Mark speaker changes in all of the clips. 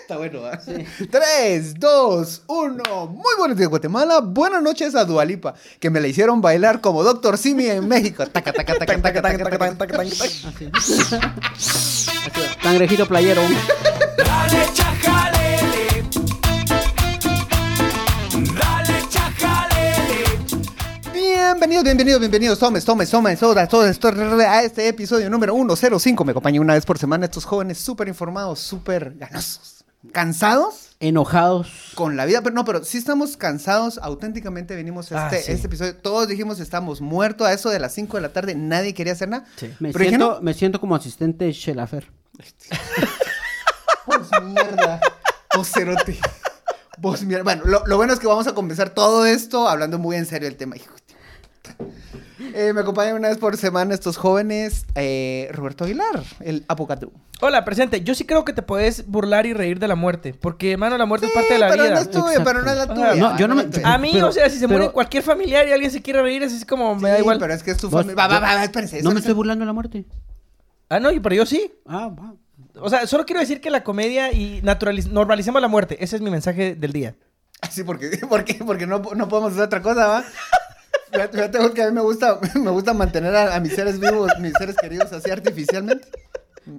Speaker 1: está bueno, ¿ah?
Speaker 2: 3, 2, 1. Muy buenos días, Guatemala. Buenas noches a Dualipa, que me la hicieron bailar como Doctor Simi en México. Taca, taca, taca, taca, taca, taca, taca.
Speaker 1: Así.
Speaker 3: Cangrejito playero.
Speaker 4: Dale chajalele. Dale chajalele.
Speaker 2: Bienvenidos, bienvenidos, bienvenidos. Tomes, tomes, tomes, todas, todas, todas, a este episodio número 105. Me acompaña una vez por semana estos jóvenes súper informados, súper ganosos. ¿Cansados?
Speaker 3: Enojados.
Speaker 2: con la vida, pero no, pero sí estamos cansados, auténticamente venimos a
Speaker 1: Ah,
Speaker 2: este,
Speaker 1: sí.
Speaker 2: este episodio, todos dijimos estamos muertos a eso de las 5 de la tarde, nadie quería hacer nada.
Speaker 3: Me,
Speaker 2: Pero dije,
Speaker 3: siento,
Speaker 2: no,
Speaker 3: me siento como asistente de Shelafer.
Speaker 2: vos mierda, vos cerote, vos mierda. Bueno, lo, lo bueno es que vamos a comenzar todo esto hablando muy en serio el tema. hijo de- Eh, me acompañan una vez por semana estos jóvenes, eh, Roberto Aguilar, el apocatú.
Speaker 1: Hola, presente. Yo sí creo que te puedes burlar y reír de la muerte. Porque, mano, la muerte es parte de la
Speaker 2: Eh, pero
Speaker 1: vida.
Speaker 2: no es tuya,
Speaker 3: Exacto. Ah,
Speaker 2: pero no es la
Speaker 1: sea,
Speaker 2: tuya.
Speaker 3: no, yo no me-
Speaker 2: es tuya.
Speaker 1: A mí,
Speaker 3: Pero-
Speaker 1: o sea, si se
Speaker 3: pero-
Speaker 1: muere cualquier familiar y alguien se quiere reír, es así como, me da
Speaker 2: Sí,
Speaker 1: igual.
Speaker 2: Pero es que es tu
Speaker 3: Vos-
Speaker 2: familia. Va, va, va, va, espérense.
Speaker 3: No me
Speaker 2: espérense.
Speaker 3: estoy burlando de la muerte.
Speaker 1: Ah, no, y- pero yo sí.
Speaker 3: Ah, va.
Speaker 1: O sea, solo quiero decir que la comedia y naturaliz- normalicemos la muerte. Ese es mi mensaje del día.
Speaker 2: Sí, porque, porque, porque no, no podemos hacer otra cosa, ¿va? Fíjate fíjate que a mí me gusta, me gusta mantener a, a mis seres vivos, mis seres queridos así artificialmente.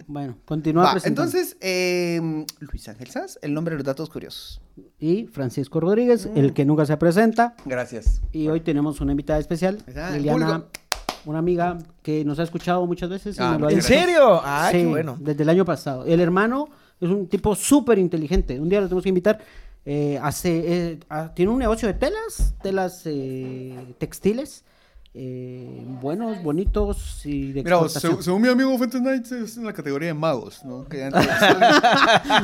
Speaker 3: Bueno, continúa
Speaker 2: Va,
Speaker 3: presentando.
Speaker 2: entonces, eh, Luis Ángel Sanz, el nombre de los datos curiosos.
Speaker 3: Y Francisco Rodríguez, el que nunca se presenta.
Speaker 2: Gracias.
Speaker 3: Y hoy tenemos una invitada especial,
Speaker 2: Está,
Speaker 3: Liliana,
Speaker 2: público.
Speaker 3: una amiga que nos ha escuchado muchas veces. y
Speaker 2: Ah,
Speaker 3: nos lo ha
Speaker 2: Ay,
Speaker 1: ¿En
Speaker 3: dicho.
Speaker 2: gracias.
Speaker 1: serio? Ah,
Speaker 3: Sí,
Speaker 1: qué bueno.
Speaker 3: Desde el año pasado. El hermano es un tipo súper inteligente. Un día lo tenemos que invitar. Eh, hace, eh, ah, tiene un negocio de telas, telas eh, textiles. eh, buenos, bonitos y de
Speaker 2: Mira,
Speaker 3: exportación.
Speaker 2: según, mi amigo Fuentes Knight, es en la categoría de magos, ¿no? Que antes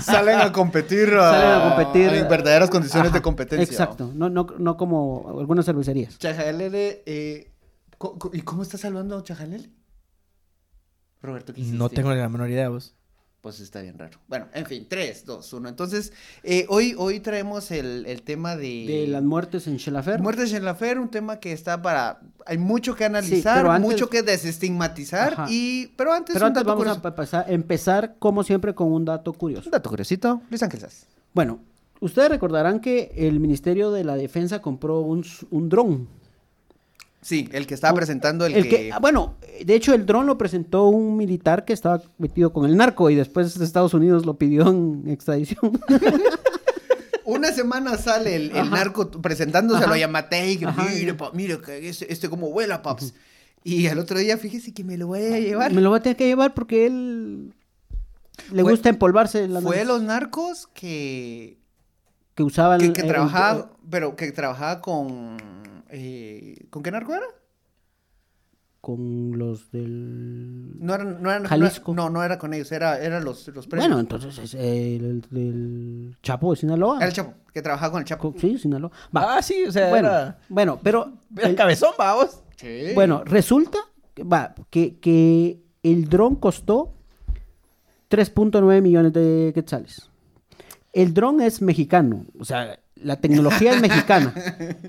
Speaker 2: salen a competir a,
Speaker 3: Salen a competir.
Speaker 2: en verdaderas condiciones
Speaker 3: Ajá,
Speaker 2: de competencia.
Speaker 3: Exacto, no, no, no como algunas cervecerías.
Speaker 2: Chajalele, eh, co- co- ¿y cómo estás saludando a Chajalele? Roberto, ¿qué hiciste?
Speaker 1: No tengo la menor idea, vos.
Speaker 2: Pues está bien raro. Bueno, en fin, 3, 2, 1. Entonces, eh, hoy, hoy traemos el, el tema de...
Speaker 3: De las muertes en Shellafer.
Speaker 2: Muertes en la Fer, un tema que está para... Hay mucho que
Speaker 3: Sí,
Speaker 2: analizar,
Speaker 3: pero antes-
Speaker 2: mucho que desestigmatizar,
Speaker 3: Ajá.
Speaker 2: y... Pero antes, un
Speaker 3: Pero antes
Speaker 2: dato
Speaker 3: vamos
Speaker 2: curioso.
Speaker 3: a pasar- empezar, como siempre, con un dato curioso.
Speaker 2: Un dato curiosito. Luis Ángel Sass.
Speaker 3: Bueno, ustedes recordarán que el Ministerio de la Defensa compró un, s- un dron.
Speaker 2: Sí, el que estaba presentando el,
Speaker 3: El
Speaker 2: que...
Speaker 3: que- ah, bueno, de hecho, el dron lo presentó un militar que estaba metido con el narco y después de Estados Unidos lo pidió en extradición.
Speaker 2: Una semana sale el, el narco t- presentándoselo
Speaker 3: Ajá.
Speaker 2: a Yamatei, que
Speaker 3: Ajá,
Speaker 2: mire,
Speaker 3: ya.
Speaker 2: pa, mire, que este, este como vuela, paps. Y al otro día, fíjese que me lo voy a llevar.
Speaker 3: Me lo va a tener que llevar porque él le
Speaker 2: Fue-
Speaker 3: gusta empolvarse la
Speaker 2: Fue de
Speaker 3: nariz.
Speaker 2: los narcos que...
Speaker 3: que usaba el-
Speaker 2: que, que
Speaker 3: el- eh,
Speaker 2: trabajaba, pero que trabajaba con... eh, ¿Con qué narco era?
Speaker 3: con los del
Speaker 2: No eran, no eran- no-
Speaker 3: Jalisco.
Speaker 2: No, no era con ellos, era, eran los, los presos.
Speaker 3: Bueno, entonces es el, el- el Chapo de Sinaloa.
Speaker 2: Era el Chapo, que trabajaba con el Chapo.
Speaker 3: Co- Sí, Sinaloa. Va.
Speaker 1: Ah, sí, o sea,
Speaker 3: bueno,
Speaker 1: era...
Speaker 3: bueno, pero
Speaker 1: era
Speaker 3: el-
Speaker 1: cabezón, va, vos.
Speaker 2: Sí.
Speaker 3: bueno, resulta que- va, que, que el dron costó 3.9 millones de quetzales. El dron es mexicano, o sea, la tecnología es mexicana.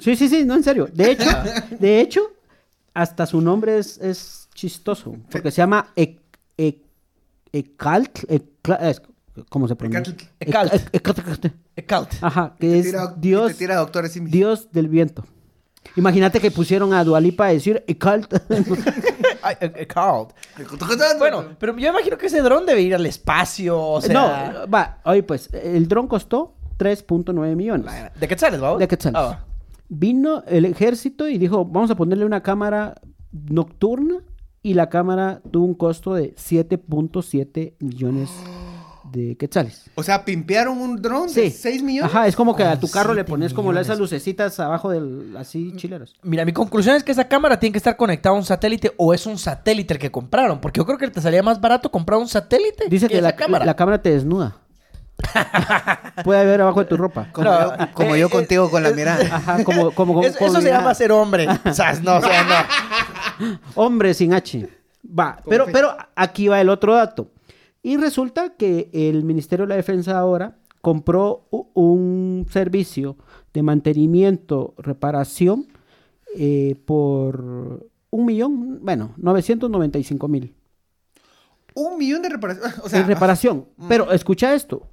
Speaker 3: Sí, sí, sí, no, en serio. De hecho, de hecho hasta su nombre es, es chistoso, porque se llama Ec- Ec- Ecalt, Ecla- es- ¿cómo se pronuncia?
Speaker 2: Ecatl.
Speaker 1: Ecalt.
Speaker 3: Ec- Ec- Ecatl.
Speaker 1: Eh, Cult.
Speaker 3: Ajá,
Speaker 2: Te
Speaker 3: que es
Speaker 2: tira- y
Speaker 3: Dios,
Speaker 2: te tira doctores y
Speaker 3: Dios del viento. Imagínate que pusieron a Dualipa a decir Ecalt.
Speaker 1: Ay, eh, eh, Cult. Bueno, pero yo imagino que ese dron debe ir al espacio, o sea...
Speaker 3: No, va, oye pues, el dron costó 3.9 millones
Speaker 1: ¿De quetzales, va, vos?
Speaker 3: de quetzales.
Speaker 1: Ah, va.
Speaker 3: Vino el ejército y dijo, vamos a ponerle una cámara nocturna y la cámara tuvo un costo de 7.7 millones de quetzales.
Speaker 2: O sea, pimpearon un dron de 6 millones.
Speaker 3: Ajá, es como que a tu carro le
Speaker 1: Oh, siete
Speaker 3: pones como
Speaker 1: millones. Mm.
Speaker 3: esas lucecitas abajo del así chileras.
Speaker 1: Mira, mi conclusión es que esa cámara tiene que estar conectada a un satélite o es un satélite el que compraron. Porque yo creo que te salía más barato comprar un satélite
Speaker 3: Dice que,
Speaker 1: esa
Speaker 3: la,
Speaker 1: cámara.
Speaker 3: la cámara te desnuda. Puede haber abajo de tu ropa.
Speaker 2: Como
Speaker 1: No,
Speaker 2: yo, como yo
Speaker 1: eh,
Speaker 2: contigo con la
Speaker 1: eh,
Speaker 2: mirada.
Speaker 3: Ajá, como, como, como-
Speaker 1: Eso,
Speaker 3: como
Speaker 1: eso se
Speaker 3: dirá,
Speaker 1: llama ser hombre. O sea, no, o sea, no.
Speaker 3: hombre sin H. Va, pero,
Speaker 2: fe.
Speaker 3: pero aquí va el otro dato. Y resulta que el Ministerio de la Defensa ahora compró u- un servicio de mantenimiento, reparación, eh, por un millón, bueno, 995 mil.
Speaker 2: Un millón de reparaciones. O sea,
Speaker 3: en reparación. Pero escucha esto.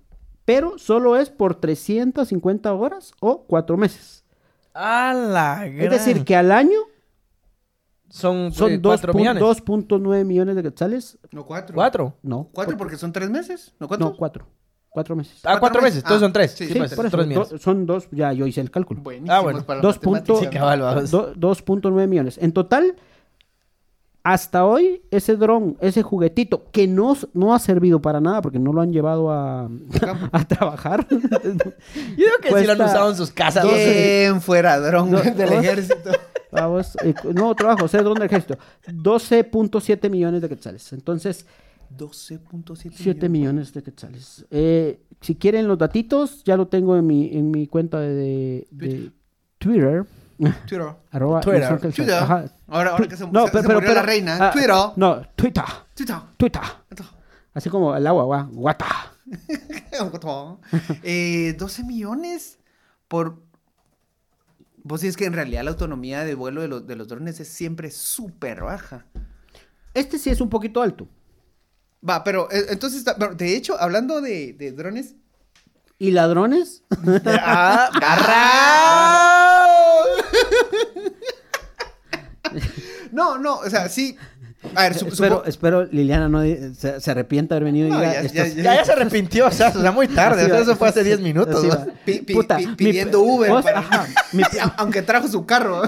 Speaker 3: pero solo es por 350 horas o 4 meses.
Speaker 1: A la gran.
Speaker 3: Es decir, que al año
Speaker 1: son,
Speaker 3: son
Speaker 1: eh,
Speaker 3: dos
Speaker 1: cuatro
Speaker 3: pun-
Speaker 1: millones.
Speaker 3: 2.9 millones de quetzales.
Speaker 2: No, cuatro.
Speaker 1: ¿Cuatro?
Speaker 3: No,
Speaker 2: Cuatro porque son tres meses. ¿No cuánto?
Speaker 3: no, 4. 4 meses.
Speaker 2: Cuatro
Speaker 1: Ah, cuatro
Speaker 2: meses.
Speaker 1: meses. Entonces
Speaker 2: Ah,
Speaker 1: son tres.
Speaker 2: sí.
Speaker 1: Sí,
Speaker 3: Sí,
Speaker 1: pues,
Speaker 3: por eso,
Speaker 1: tres
Speaker 3: do-
Speaker 1: millones.
Speaker 3: son dos, ya yo hice el cálculo.
Speaker 2: Buenísimo.
Speaker 1: Ah, bueno.
Speaker 2: para la
Speaker 3: Dos puntos-
Speaker 2: matemática.
Speaker 1: Sí, cabal, vamos.
Speaker 3: Do- 2.9 millones. En total, hasta hoy, ese dron, ese juguetito, que no, s- no ha servido para nada porque no lo han llevado a, a trabajar.
Speaker 1: Yo digo que sí lo
Speaker 3: Cuesta
Speaker 1: han usado en sus casas.
Speaker 3: dos-
Speaker 2: Bien fuera, dron
Speaker 3: Dos-
Speaker 2: del
Speaker 3: dos-
Speaker 2: ejército.
Speaker 3: Vamos, eh, no, trabajo, ese dron del ejército. 12.7 millones de quetzales. Entonces,
Speaker 2: 12.7
Speaker 3: 7 millones de quetzales. Eh, si quieren los datitos, ya lo tengo en mi, en mi cuenta de, de Twitter.
Speaker 2: Twitter.
Speaker 3: arroba
Speaker 1: Twitter.
Speaker 3: Nelson Calzada.
Speaker 2: Twitter.
Speaker 3: Ajá.
Speaker 2: Ahora- ahora
Speaker 3: Twi-
Speaker 2: que se- se- se murió la reina,
Speaker 3: ah,
Speaker 2: Twitter.
Speaker 3: No, Twitter.
Speaker 2: Twitter.
Speaker 3: Twitter.
Speaker 2: Twitter.
Speaker 3: Así como el agua, gua- guata.
Speaker 2: eh, 12 millones por... Vos decís que en realidad la autonomía de vuelo de los, de los drones es siempre súper baja.
Speaker 3: Este sí es un poquito alto.
Speaker 2: Va, pero eh, entonces, ta- pero, de hecho, hablando de, de drones...
Speaker 3: ¿Y ladrones?
Speaker 2: ¡Ah! ¡Garra! no, no, o sea, sí... A ver, su-
Speaker 3: espero,
Speaker 2: supo-
Speaker 3: espero Liliana no di- se, se arrepienta de haber venido
Speaker 2: No,
Speaker 3: y diga
Speaker 2: ya-
Speaker 3: estas-
Speaker 1: Ya, ya se arrepintió, o sea, o sea, muy tarde.
Speaker 3: Así
Speaker 1: o sea,
Speaker 3: va,
Speaker 1: eso fue hace
Speaker 3: así-
Speaker 1: 10 minutos.
Speaker 3: así
Speaker 1: ¿no?
Speaker 3: va.
Speaker 2: pi- pi-
Speaker 3: Puta,
Speaker 2: pi-
Speaker 3: mi-
Speaker 2: pidiendo Uber.
Speaker 3: vos-
Speaker 2: para-
Speaker 3: ajá, mi-
Speaker 2: Aunque trajo su carro.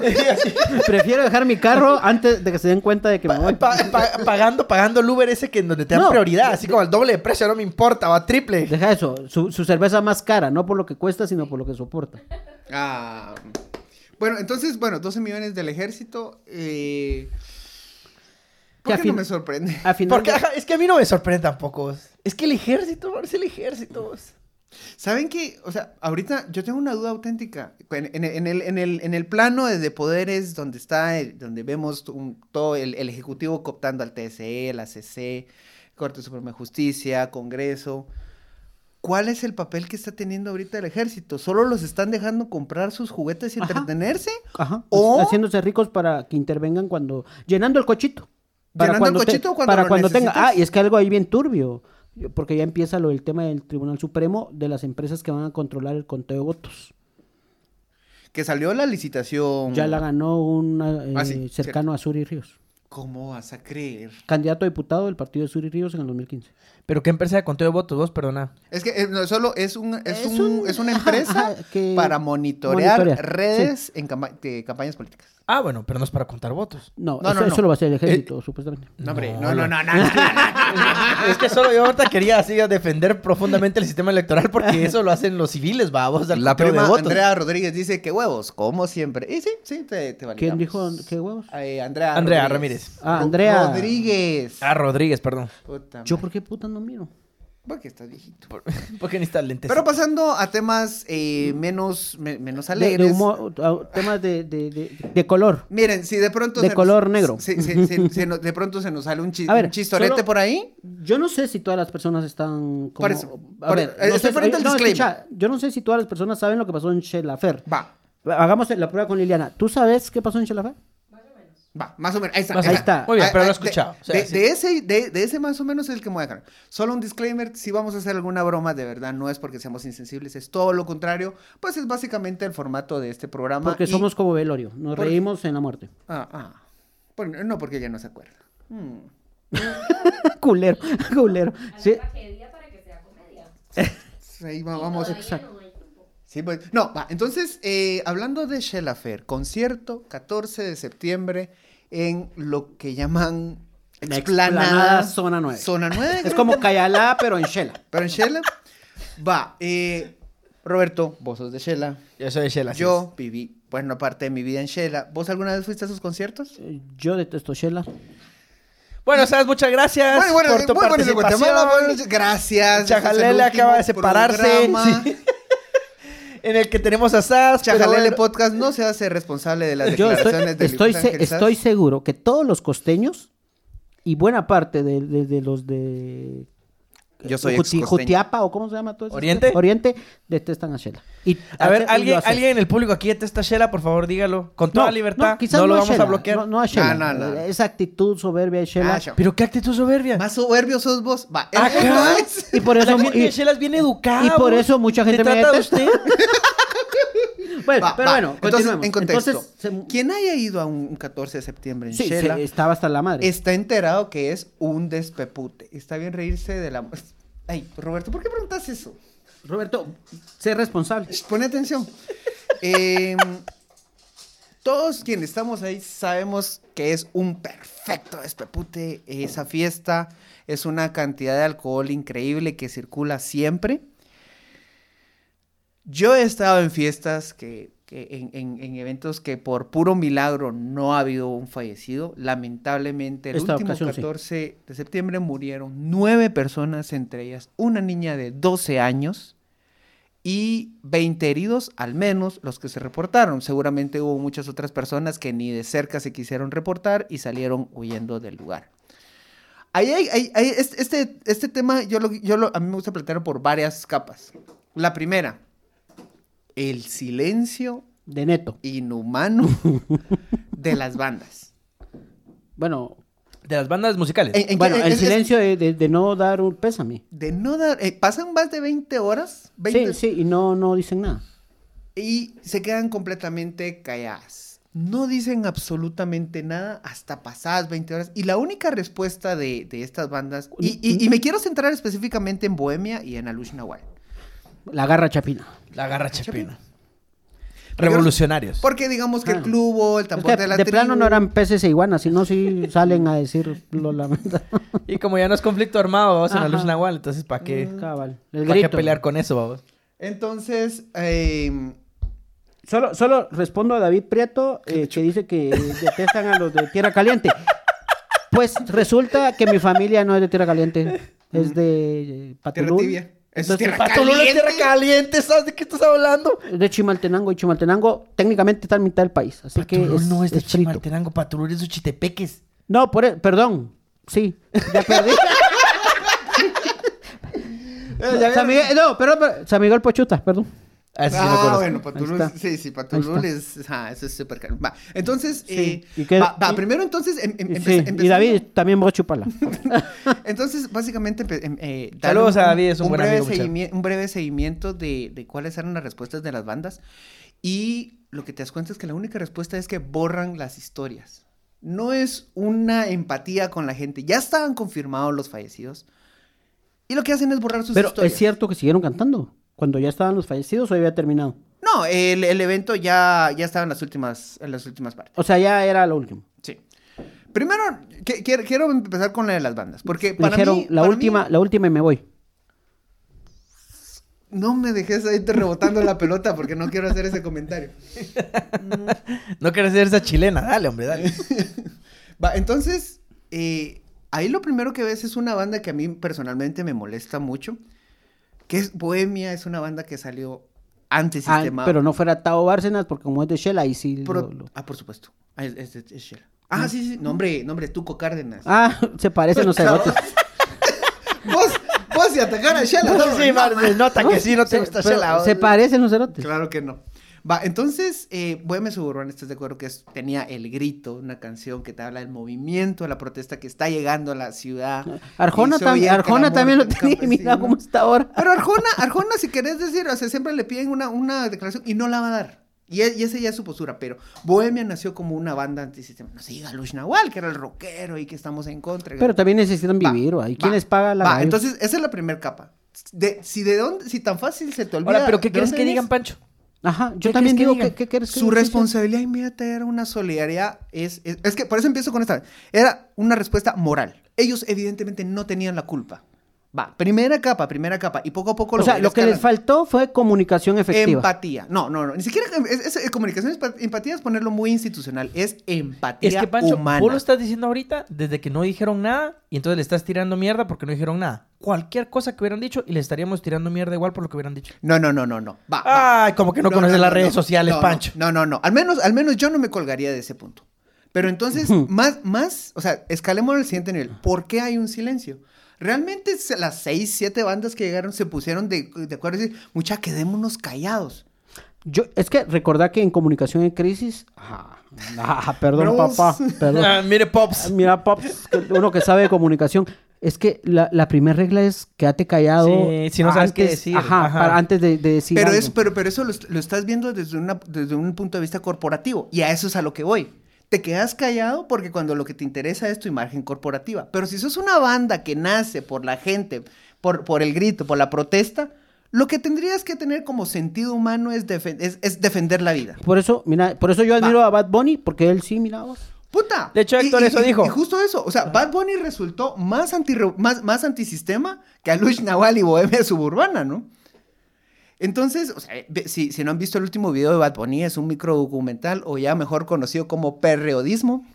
Speaker 3: prefiero dejar mi carro antes de que se den cuenta de que me voy.
Speaker 1: Pa- pa- pa- pagando, pagando el Uber ese que en donde te dan
Speaker 3: No.
Speaker 1: prioridad, así como el doble de precio, no me importa, o a triple.
Speaker 3: Deja eso, su, su cerveza más cara, no por lo que cuesta, sino por lo que soporta.
Speaker 2: Ah, bueno, entonces, bueno, 12 millones del ejército. Eh,
Speaker 3: Que
Speaker 2: ¿Por
Speaker 3: a
Speaker 2: qué
Speaker 3: fin-
Speaker 2: no me sorprende?
Speaker 3: A final
Speaker 1: Porque
Speaker 3: de-
Speaker 1: ajá, es que a mí no me sorprende tampoco. Es que el ejército, es el ejército.
Speaker 2: ¿Saben qué? O sea, ahorita yo tengo una duda auténtica. En, en- en el, en, el, en el plano de, de poderes donde está, el- donde vemos un- todo el, el Ejecutivo cooptando al TSE, la CC, Corte Suprema de Justicia, Congreso. ¿Cuál es el papel que está teniendo ahorita el ejército? ¿Solo los están dejando comprar sus juguetes y
Speaker 3: Ajá.
Speaker 2: entretenerse?
Speaker 3: Ajá,
Speaker 2: O-
Speaker 3: haciéndose ricos para que intervengan cuando llenando el cochito.
Speaker 2: Llenando el cochito cuando
Speaker 3: para
Speaker 2: lo
Speaker 3: cuando tenga.
Speaker 2: necesitas.
Speaker 3: Ah, y es que algo ahí bien turbio, yo- porque ya empieza lo del tema del Tribunal Supremo de las empresas que van a controlar el conteo de votos.
Speaker 2: Que salió la licitación.
Speaker 3: Ya la ganó un eh,
Speaker 2: Ah, sí,
Speaker 3: cercano a Suri Ríos,
Speaker 2: ¿Cómo vas a creer?
Speaker 3: candidato a diputado del partido de Suri Ríos en el 2015.
Speaker 1: Pero qué empresa de conteo de votos, vos, perdona.
Speaker 2: Es que eh, no, solo es un es,
Speaker 3: Es
Speaker 2: un,
Speaker 3: un-
Speaker 2: es una
Speaker 3: ajá,
Speaker 2: empresa
Speaker 3: ajá, que-
Speaker 2: para monitorear,
Speaker 3: monitorear,
Speaker 2: redes en camba- de campañas políticas.
Speaker 1: Ah, bueno, pero no es para contar votos.
Speaker 3: No,
Speaker 2: No,
Speaker 3: eso,
Speaker 2: no, Eh,
Speaker 3: eso
Speaker 2: no.
Speaker 3: lo va a hacer el ejército, supuestamente.
Speaker 2: No, hombre,
Speaker 1: No,
Speaker 2: no, no, no, no.
Speaker 1: es que solo yo ahorita quería así defender profundamente el sistema electoral porque eso lo hacen los civiles, va, vos, al
Speaker 2: La
Speaker 1: conteo
Speaker 2: prima
Speaker 1: de votos.
Speaker 2: Andrea Rodríguez dice que huevos, como siempre. Y sí, sí, te, te validamos.
Speaker 3: ¿Quién dijo qué huevos?
Speaker 2: Eh, Andrea,
Speaker 1: Andrea Ramírez.
Speaker 3: Ah,
Speaker 2: Ro-
Speaker 3: Andrea.
Speaker 2: Rodríguez.
Speaker 1: Ah, Rodríguez, perdón.
Speaker 2: Puta
Speaker 3: Yo
Speaker 2: madre.
Speaker 3: por qué puta no miro.
Speaker 2: Porque estás viejito.
Speaker 1: Porque necesitas lentes.
Speaker 2: Pero pasando a temas eh, menos, me- menos
Speaker 3: De,
Speaker 2: alegres.
Speaker 3: de humo- a- temas de, de- de- de color.
Speaker 2: Miren, si de pronto...
Speaker 3: De
Speaker 2: nos-
Speaker 3: color negro.
Speaker 2: si- si- si- si no- de pronto se nos sale un, chi-
Speaker 3: A ver,
Speaker 2: un chistorete
Speaker 3: solo-
Speaker 2: por ahí.
Speaker 3: Yo no sé si todas las personas están como...
Speaker 2: Por eso,
Speaker 3: A
Speaker 2: por-
Speaker 3: ver,
Speaker 2: eh,
Speaker 3: no
Speaker 2: estoy
Speaker 3: sé-
Speaker 2: poniendo
Speaker 3: eh,
Speaker 2: el
Speaker 3: no,
Speaker 2: disclaimer.
Speaker 3: escucha, yo no sé si todas las personas saben lo que pasó en Shellafer.
Speaker 2: Va,
Speaker 3: Hagamos la prueba con Liliana. ¿Tú sabes qué pasó en Shellafer?
Speaker 2: va, más o menos. Ahí está.
Speaker 1: Más
Speaker 3: o menos. Ahí está.
Speaker 1: Muy bien,
Speaker 2: Ah,
Speaker 1: pero lo
Speaker 2: ah,
Speaker 1: he escuchado.
Speaker 2: De,
Speaker 1: O sea,
Speaker 2: de-
Speaker 1: sí.
Speaker 2: de ese, de, de ese más o menos es el que me voy a dejar. Solo un disclaimer, si vamos a hacer alguna broma, de verdad, no es porque seamos insensibles, es todo lo contrario. Pues es básicamente el formato de este programa.
Speaker 3: Porque
Speaker 2: y-
Speaker 3: somos como velorio. Nos
Speaker 2: Por-
Speaker 3: reímos en la muerte.
Speaker 2: Ah, ah. Bueno, no, porque ella no se acuerda. Mm.
Speaker 3: culero, culero. Sí.
Speaker 5: tragedia para que sea comedia.
Speaker 2: pues Ahí va- vamos.
Speaker 5: Todavía
Speaker 3: exacto.
Speaker 5: no hay tiempo.
Speaker 2: Sí, pues, No, va. Entonces, eh, hablando de Shellafer, concierto 14 de septiembre en lo que llaman
Speaker 3: La explanada Zona nueve.
Speaker 2: Zona 9.
Speaker 3: Es como Cayalá, pero en Shella.
Speaker 2: Pero en Shela, va, eh, Roberto, vos sos de Shela.
Speaker 1: Yo soy de Shell, así
Speaker 2: Yo viví buena parte de mi vida en Shela. ¿Vos alguna vez fuiste a sus conciertos?
Speaker 3: Eh, Yo detesto Shella.
Speaker 1: es. Bueno, sabes, muchas gracias
Speaker 2: Muy bueno,
Speaker 1: por tu
Speaker 2: muy buenos de
Speaker 1: participación.
Speaker 2: Guatemala, buenos- gracias.
Speaker 1: Chajalele
Speaker 2: Este es el último
Speaker 1: acaba de separarse.
Speaker 2: programa.
Speaker 1: Sí. en el que tenemos a Sas. pero
Speaker 2: Chajalele
Speaker 1: bueno,
Speaker 2: Podcast no se hace responsable de las
Speaker 3: Yo estoy,
Speaker 2: declaraciones del
Speaker 3: estoy,
Speaker 2: Luis
Speaker 3: se-
Speaker 2: Ángel Sass.
Speaker 3: estoy seguro que todos los costeños y buena parte de, de- de los de
Speaker 2: Yo soy
Speaker 3: Juti-
Speaker 2: excosteño.
Speaker 3: Jutiapa o cómo se llama todo eso.
Speaker 1: ¿Oriente?
Speaker 3: Oriente detestan a Shela. Y,
Speaker 1: A ver,
Speaker 3: y lo
Speaker 1: alguien,
Speaker 3: acepto.
Speaker 1: alguien en el público aquí detesta a Shela, por favor, dígalo. Con toda
Speaker 3: No,
Speaker 1: libertad.
Speaker 3: no,
Speaker 1: No,
Speaker 3: quizás
Speaker 1: lo vamos
Speaker 3: Shela,
Speaker 1: a bloquear.
Speaker 3: No, no a Shela.
Speaker 2: Ah, No, no, no.
Speaker 3: Esa actitud soberbia de Shela.
Speaker 2: Ah, Shela.
Speaker 1: Pero qué actitud soberbia.
Speaker 2: Más soberbio sos vos. Va,
Speaker 1: Acá.
Speaker 2: eso es.
Speaker 3: y por
Speaker 1: La
Speaker 3: eso
Speaker 1: gente
Speaker 3: y-
Speaker 1: de Shela es bien educada.
Speaker 3: y por
Speaker 1: vos.
Speaker 3: eso mucha
Speaker 1: ¿Te
Speaker 3: gente me
Speaker 1: trata de
Speaker 3: detesta.
Speaker 1: usted?
Speaker 3: Bueno,
Speaker 2: Va,
Speaker 3: pero
Speaker 2: va.
Speaker 3: bueno,
Speaker 2: Entonces,
Speaker 3: continuemos.
Speaker 2: en contexto.
Speaker 3: Entonces, se-
Speaker 2: Quien haya ido a un 14 de septiembre en
Speaker 3: sí,
Speaker 2: Shela
Speaker 3: se- estaba hasta la madre.
Speaker 2: está enterado que es un despepute. Está bien reírse de la... Ay, Roberto, ¿por qué preguntas eso?
Speaker 3: Roberto, sé responsable.
Speaker 2: Sh, Pone atención. Em, todos quienes estamos ahí sabemos que es un perfecto despepute esa fiesta. Es una cantidad de alcohol increíble que circula siempre. Yo he estado en fiestas que, que en, en- en eventos que por puro milagro no ha habido un fallecido. Lamentablemente, el
Speaker 3: Esta
Speaker 2: último
Speaker 3: ocasión sí.
Speaker 2: 14 de septiembre murieron nueve personas, entre ellas una niña de 12 años y 20 heridos, al menos los que se reportaron. Seguramente hubo muchas otras personas que ni de cerca se quisieron reportar y salieron huyendo del lugar. Ahí hay- ahí- ahí- es- este, este tema yo lo, yo lo- a mí me gusta plantearlo por varias capas. La primera, el silencio
Speaker 3: De neto.
Speaker 2: inhumano de las bandas.
Speaker 3: Bueno,
Speaker 1: De las bandas musicales.
Speaker 2: En- en que-
Speaker 3: bueno
Speaker 2: en-
Speaker 3: el
Speaker 2: es- es-
Speaker 3: silencio de, de- de no dar un pésame.
Speaker 2: de no dar, eh, pasan más de 20 horas, 20,
Speaker 3: Sí, sí, y no, no dicen nada.
Speaker 2: y se quedan completamente calladas. No dicen absolutamente nada hasta pasadas 20 horas. Y la única respuesta de, de estas bandas, y, y- y me quiero centrar específicamente en Bohemia y en Alush Nahual.
Speaker 3: La garra chapina.
Speaker 1: La garra chapina. Revolucionarios.
Speaker 2: Porque digamos que el
Speaker 3: Ah.
Speaker 2: club, o el
Speaker 3: Es
Speaker 2: tambor
Speaker 3: que
Speaker 2: de
Speaker 3: de
Speaker 2: la tribu-
Speaker 3: plano no eran peces e iguanas, sino si salen a decir lo lamento.
Speaker 1: Y como ya no es conflicto armado, vamos en la luz
Speaker 3: Ajá. Mm,
Speaker 1: nahual, entonces ¿para qué,
Speaker 3: Cabal. El
Speaker 1: ¿pa' qué
Speaker 3: grito.
Speaker 1: pelear con eso, vamos?
Speaker 2: Entonces, eh,
Speaker 3: Solo, solo respondo a David Prieto, eh, que dice que detestan a los de Tierra Caliente. Pues resulta que mi familia no es de Tierra Caliente, es de eh,
Speaker 2: tierra
Speaker 3: Patulún.
Speaker 2: tierra Eso es
Speaker 3: Entonces,
Speaker 2: tierra
Speaker 1: Patulula es
Speaker 2: caliente.
Speaker 1: tierra caliente, ¿sabes de qué estás hablando?
Speaker 3: es de Chimaltenango y Chimaltenango técnicamente está en mitad del país, así que
Speaker 1: Patulul
Speaker 3: es,
Speaker 1: no es de
Speaker 3: es frito.
Speaker 1: Chimaltenango, Patulul es de Uchitepeques.
Speaker 3: No, por e- perdón. Sí, ya perdí.
Speaker 2: Eh,
Speaker 3: San Miguel- no, perdón, perdón, San Miguel Pochuta, perdón.
Speaker 1: Ah, sí, sí me
Speaker 2: Ah,
Speaker 1: acuerdo.
Speaker 2: bueno, Patulul,
Speaker 3: Ahí está.
Speaker 2: sí, sí,
Speaker 3: Ahí
Speaker 2: Patulul es, ah, eso es súper caro. Va, entonces,
Speaker 3: Sí.
Speaker 2: eh,
Speaker 3: ¿Y qué-
Speaker 2: va, va,
Speaker 3: y-
Speaker 2: primero entonces, em- em-
Speaker 3: Y
Speaker 2: empe-
Speaker 3: sí, y
Speaker 2: empezando-
Speaker 3: David también vos chupala.
Speaker 2: Entonces, básicamente, empe- em- eh, dar
Speaker 1: Saludos a David, es un buen
Speaker 2: breve
Speaker 1: amigo, muchacho.
Speaker 2: seguimi- un breve seguimiento de, de cuáles eran las respuestas de las bandas. Y lo que te das cuenta es que la única respuesta es que borran las historias. No es una empatía con la gente. Ya estaban confirmados los fallecidos. Y lo que hacen es borrar sus
Speaker 3: Pero eh,
Speaker 2: historias.
Speaker 3: es cierto que siguieron cantando. Cuando ya estaban los fallecidos, o había terminado.
Speaker 2: No, el, el evento ya, ya estaba en las últimas, en las últimas partes.
Speaker 3: O sea, ya era lo último.
Speaker 2: Sí. Primero, que- quiero, quiero empezar con la de las bandas. Porque para
Speaker 3: Dijeron,
Speaker 2: mí-
Speaker 3: la
Speaker 2: para mí-
Speaker 3: última, la última y me voy.
Speaker 2: No me dejes ahí te rebotando la pelota porque no quiero hacer ese comentario.
Speaker 1: No querés ser esa chilena, dale, hombre, dale.
Speaker 2: Va, entonces, eh, ahí lo primero que ves es una banda que a mí personalmente me molesta mucho, que es Bohemia, es una banda que salió
Speaker 3: Ah,
Speaker 2: antisistema.
Speaker 3: pero no fuera Tao Bárcenas, porque como es de Shell, ahí sí. lo-
Speaker 2: Pro-
Speaker 3: lo-
Speaker 2: Ah, por supuesto. Ah, es, es- es Shela. Ah, sí, sí. Nombre, nombre, Tuco Cárdenas.
Speaker 3: Ah, se parecen los cerotes.
Speaker 2: Vos, vos y atacar a Shela. no,
Speaker 1: sí,
Speaker 2: no,
Speaker 1: Mar,
Speaker 2: man.
Speaker 1: se nota que sí, no te
Speaker 3: Se-
Speaker 1: gusta
Speaker 3: pero
Speaker 1: Shela.
Speaker 3: Se parecen los cerotes.
Speaker 2: Claro que no. Va, entonces, eh, Bohemia Suburbana, ¿estás de acuerdo que es- tenía El Grito, una canción que te habla del movimiento, de la protesta que está llegando a la ciudad?
Speaker 3: Arjona,
Speaker 2: Y se
Speaker 3: tam-
Speaker 2: oía el
Speaker 3: Arjona
Speaker 2: clamor
Speaker 3: también lo
Speaker 2: del
Speaker 3: tenía y mira
Speaker 2: campesino.
Speaker 3: cómo está ahora.
Speaker 2: Pero Arjona, Arjona, si querés decir, o sea, siempre le piden una, una declaración y no la va a dar. Y, e- y esa ya es su postura, pero Bohemia nació como una banda antisistema. No siga Lush Nahual, que era el rockero y que estamos en contra.
Speaker 3: Pero también necesitan
Speaker 2: Va,
Speaker 3: vivir, ¿Y
Speaker 2: va,
Speaker 3: quién les paga la
Speaker 2: va,
Speaker 3: gallo?
Speaker 2: entonces, esa es la primera capa. De- si de dónde, si tan fácil se te olvida.
Speaker 1: Ahora, ¿pero qué
Speaker 2: ¿de
Speaker 1: quieres
Speaker 2: dónde
Speaker 1: que
Speaker 2: eres?
Speaker 1: digan, Pancho?
Speaker 3: Ajá,
Speaker 1: ¿qué
Speaker 3: yo también
Speaker 1: quieres que
Speaker 3: digo,
Speaker 1: diga?
Speaker 3: que ¿qué quieres que
Speaker 2: Su
Speaker 3: les
Speaker 2: responsabilidad inmediata era una solidaridad. Es, es, es que por eso empiezo con esta. Era una respuesta moral. Ellos, evidentemente, no tenían la culpa. Va, primera capa, primera capa. Y poco a poco
Speaker 3: O sea,
Speaker 2: voy
Speaker 3: lo que les
Speaker 2: escalando.
Speaker 3: faltó fue comunicación efectiva.
Speaker 2: Empatía. No, no, no. Ni siquiera es, es- es- comunicación, es pa- empatía es ponerlo muy institucional. Es empatía
Speaker 1: Es que, Pancho,
Speaker 2: humana.
Speaker 1: vos lo estás diciendo ahorita desde que no dijeron nada y entonces le estás tirando mierda porque no dijeron nada. Cualquier cosa que hubieran dicho y le estaríamos tirando mierda igual por lo que hubieran dicho.
Speaker 2: No, no, no, no, no. Va, va.
Speaker 1: Ay, como que no, conoces las
Speaker 2: no,
Speaker 1: redes
Speaker 2: no.
Speaker 1: sociales,
Speaker 2: No, no,
Speaker 1: Pancho.
Speaker 2: No, no, no. Al menos, al menos yo no me colgaría de ese punto. Pero entonces, más, más, o sea, escalemos al siguiente nivel. ¿Por qué hay un silencio? Realmente se- las seis, siete bandas que llegaron se pusieron de, de acuerdo y decir, mucha, quedémonos callados.
Speaker 3: Yo, es que recordá que en comunicación en crisis. Ajá. Ajá, perdón,
Speaker 2: Bros.
Speaker 3: papá. Perdón.
Speaker 1: Ah, mire, Pops.
Speaker 3: Mira, Pops, que- uno que sabe de comunicación. Es que la, la primera regla es quédate callado.
Speaker 1: Sí, si no sabes qué
Speaker 3: antes-
Speaker 1: decir.
Speaker 3: Ajá,
Speaker 1: Ajá.
Speaker 3: para- antes de, de decir.
Speaker 2: pero,
Speaker 3: algo.
Speaker 2: es, pues, pero, pero eso lo, est- lo estás viendo desde, una, desde un punto de vista corporativo. Y a eso es a lo que voy. Te quedas callado porque cuando lo que te interesa es tu imagen corporativa. Pero si sos una banda que nace por la gente, por, por el grito, por la protesta, lo que tendrías que tener como sentido humano es, defen- es, es defender la vida.
Speaker 3: Por eso, mira, por eso yo admiro a Bad Bunny, porque él sí, mira vos.
Speaker 2: ¡Puta!
Speaker 1: De hecho, Héctor eso dijo.
Speaker 2: Y justo eso. O sea, Bad Bunny resultó más, anti, más, más antisistema que Alush Nahual y Bohemia Suburbana, ¿no? Entonces, o sea, ve- si, si no han visto el último video de Bad Bunny, es un microdocumental o ya mejor conocido como periodismo.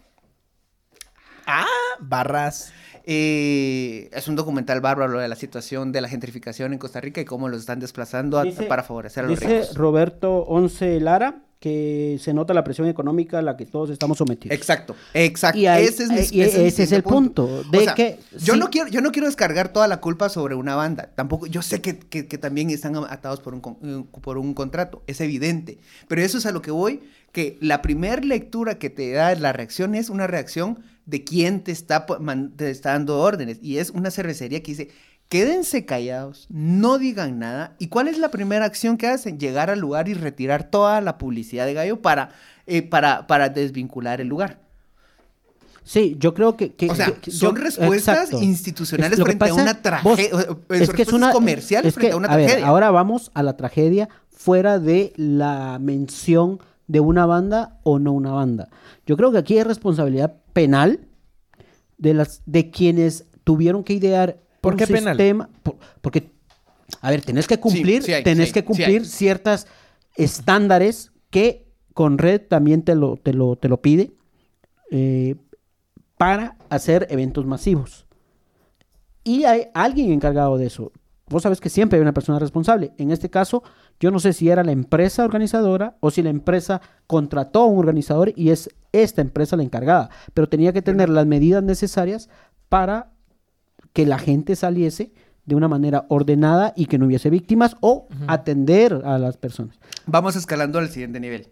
Speaker 1: Barras.
Speaker 2: Eh, es un documental bárbaro de la situación de la gentrificación en Costa Rica y cómo los están desplazando a-
Speaker 3: Dice-
Speaker 2: para favorecer a los
Speaker 3: Dice
Speaker 2: ricos.
Speaker 3: Roberto Once Lara que se nota la presión económica a la que todos estamos sometidos.
Speaker 2: Exacto, exacto.
Speaker 3: Y ahí-
Speaker 2: ese es, mi- mi
Speaker 3: y ese es
Speaker 2: siguiente
Speaker 3: el punto, de
Speaker 2: O sea,
Speaker 3: que
Speaker 2: yo
Speaker 3: sí.
Speaker 2: no quiero, yo no quiero descargar toda la culpa sobre una banda. Tampoco, yo sé que, que- que también están atados por un, con- eh, por un contrato, es evidente. Pero eso es a lo que voy, que la primera lectura que te da la reacción es una reacción de quien te está, po- man- te está dando órdenes. Y es una cervecería que dice, quédense callados, no digan nada. ¿Y cuál es la primera acción que hacen? Llegar al lugar y retirar toda la publicidad de Gallo para, eh, para, para desvincular el lugar.
Speaker 3: Sí, yo creo que... que-
Speaker 2: O sea,
Speaker 3: que-
Speaker 2: son
Speaker 3: yo-
Speaker 2: respuestas
Speaker 3: exacto.
Speaker 2: institucionales
Speaker 3: lo que
Speaker 2: frente a una
Speaker 3: vos,
Speaker 2: tragedia, o- o- son
Speaker 3: es que es
Speaker 2: respuestas
Speaker 3: una,
Speaker 2: comerciales
Speaker 3: es
Speaker 2: frente a una
Speaker 3: ver,
Speaker 2: tragedia.
Speaker 3: ahora vamos a la tragedia fuera de la mención de una banda o no una banda. Yo creo que aquí hay responsabilidad penal de las de quienes tuvieron que idear
Speaker 1: ¿Por
Speaker 3: un
Speaker 1: qué penal?
Speaker 3: sistema- por- porque a ver, tenés que cumplir,
Speaker 2: sí hay,
Speaker 3: tenés
Speaker 2: sí,
Speaker 3: que
Speaker 2: sí
Speaker 3: cumplir
Speaker 2: hay.
Speaker 3: ciertas estándares que con red también te lo te lo te lo pide eh, para hacer eventos masivos. Y hay alguien encargado de eso. Vos sabés que siempre hay una persona responsable. En este caso, yo no sé si era la empresa organizadora o si la empresa contrató a un organizador y es esta empresa la encargada. Pero tenía que tener las medidas necesarias para que la gente saliese de una manera ordenada y que no hubiese víctimas o atender a las personas.
Speaker 2: Vamos escalando al siguiente nivel.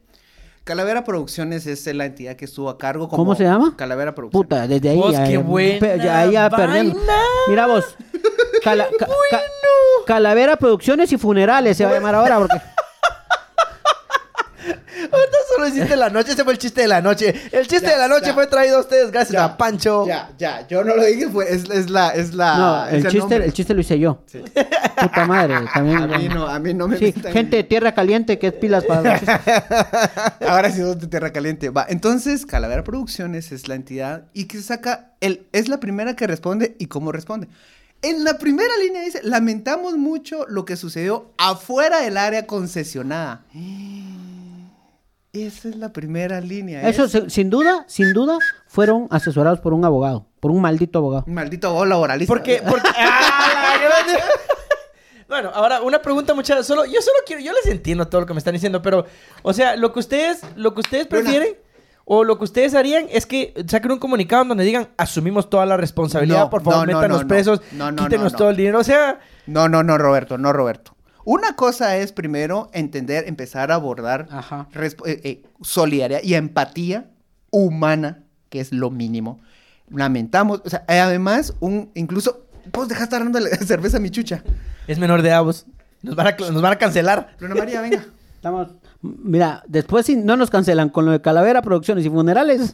Speaker 2: Calavera Producciones es la entidad que estuvo a cargo como
Speaker 3: ¿Cómo se llama?
Speaker 2: Calavera Producciones.
Speaker 3: Puta, desde ahí.
Speaker 1: Vos,
Speaker 3: ya-
Speaker 1: qué
Speaker 3: ya-
Speaker 1: buena
Speaker 3: pe- ya- ahí ya
Speaker 1: vaina.
Speaker 3: perdemos. Mira vos. Cala- ca- ca- Calavera Producciones y Funerales se va a llamar ahora porque.
Speaker 1: No solo hiciste la noche, ese fue el chiste de la noche. El chiste
Speaker 2: Ya,
Speaker 1: de la noche
Speaker 2: ya.
Speaker 1: fue traído a ustedes gracias
Speaker 2: Ya,
Speaker 1: a Pancho.
Speaker 2: Ya, ya, yo no lo dije, fue, es, es la, es la,
Speaker 3: No,
Speaker 2: es
Speaker 3: el chiste,
Speaker 2: Ah, nombre.
Speaker 3: el chiste lo hice yo. Puta madre. También,
Speaker 2: A mí no, a mí no me
Speaker 3: Sí,
Speaker 2: metan-
Speaker 3: gente de tierra caliente que es pilas para los chistes.
Speaker 2: Ahora sí sos de tierra caliente. Va, entonces Calavera Producciones es la entidad y que saca el es la primera que responde y cómo responde. En la primera línea dice, "Lamentamos mucho lo que sucedió afuera del área concesionada." Esa es la primera línea. ¿eh?
Speaker 3: Eso
Speaker 2: es
Speaker 3: se- sin duda, sin duda, fueron asesorados por un abogado, por un maldito abogado.
Speaker 2: un maldito gol laboralista.
Speaker 1: Porque, porque. ¡Ah, la grande! Bueno, ahora una pregunta muchachos. Solo, yo solo quiero, yo les entiendo todo lo que me están diciendo, pero, o sea, lo que ustedes, lo que ustedes
Speaker 2: Buena.
Speaker 1: prefieren o lo que ustedes harían es que saquen un comunicado en donde digan asumimos toda la responsabilidad,
Speaker 2: No,
Speaker 1: por favor,
Speaker 2: no, no,
Speaker 1: métanos
Speaker 2: no, no.
Speaker 1: presos,
Speaker 2: No, no,
Speaker 1: quítenos
Speaker 2: no, no.
Speaker 1: todo el dinero. O sea,
Speaker 2: No, no, no, Roberto, no, Roberto. Una cosa es primero entender, empezar a abordar
Speaker 3: Ajá.
Speaker 2: resp- eh, eh, solidaridad y empatía humana, que es lo mínimo. Lamentamos, o sea, eh, además, un, incluso, vos dejaste agarrando la cerveza a mi chucha.
Speaker 1: es menor de avos. Nos van a, cl- nos van a cancelar.
Speaker 2: Luna María, venga.
Speaker 3: Estamos. Mira, después si no nos cancelan con lo de Calavera Producciones y Funerales.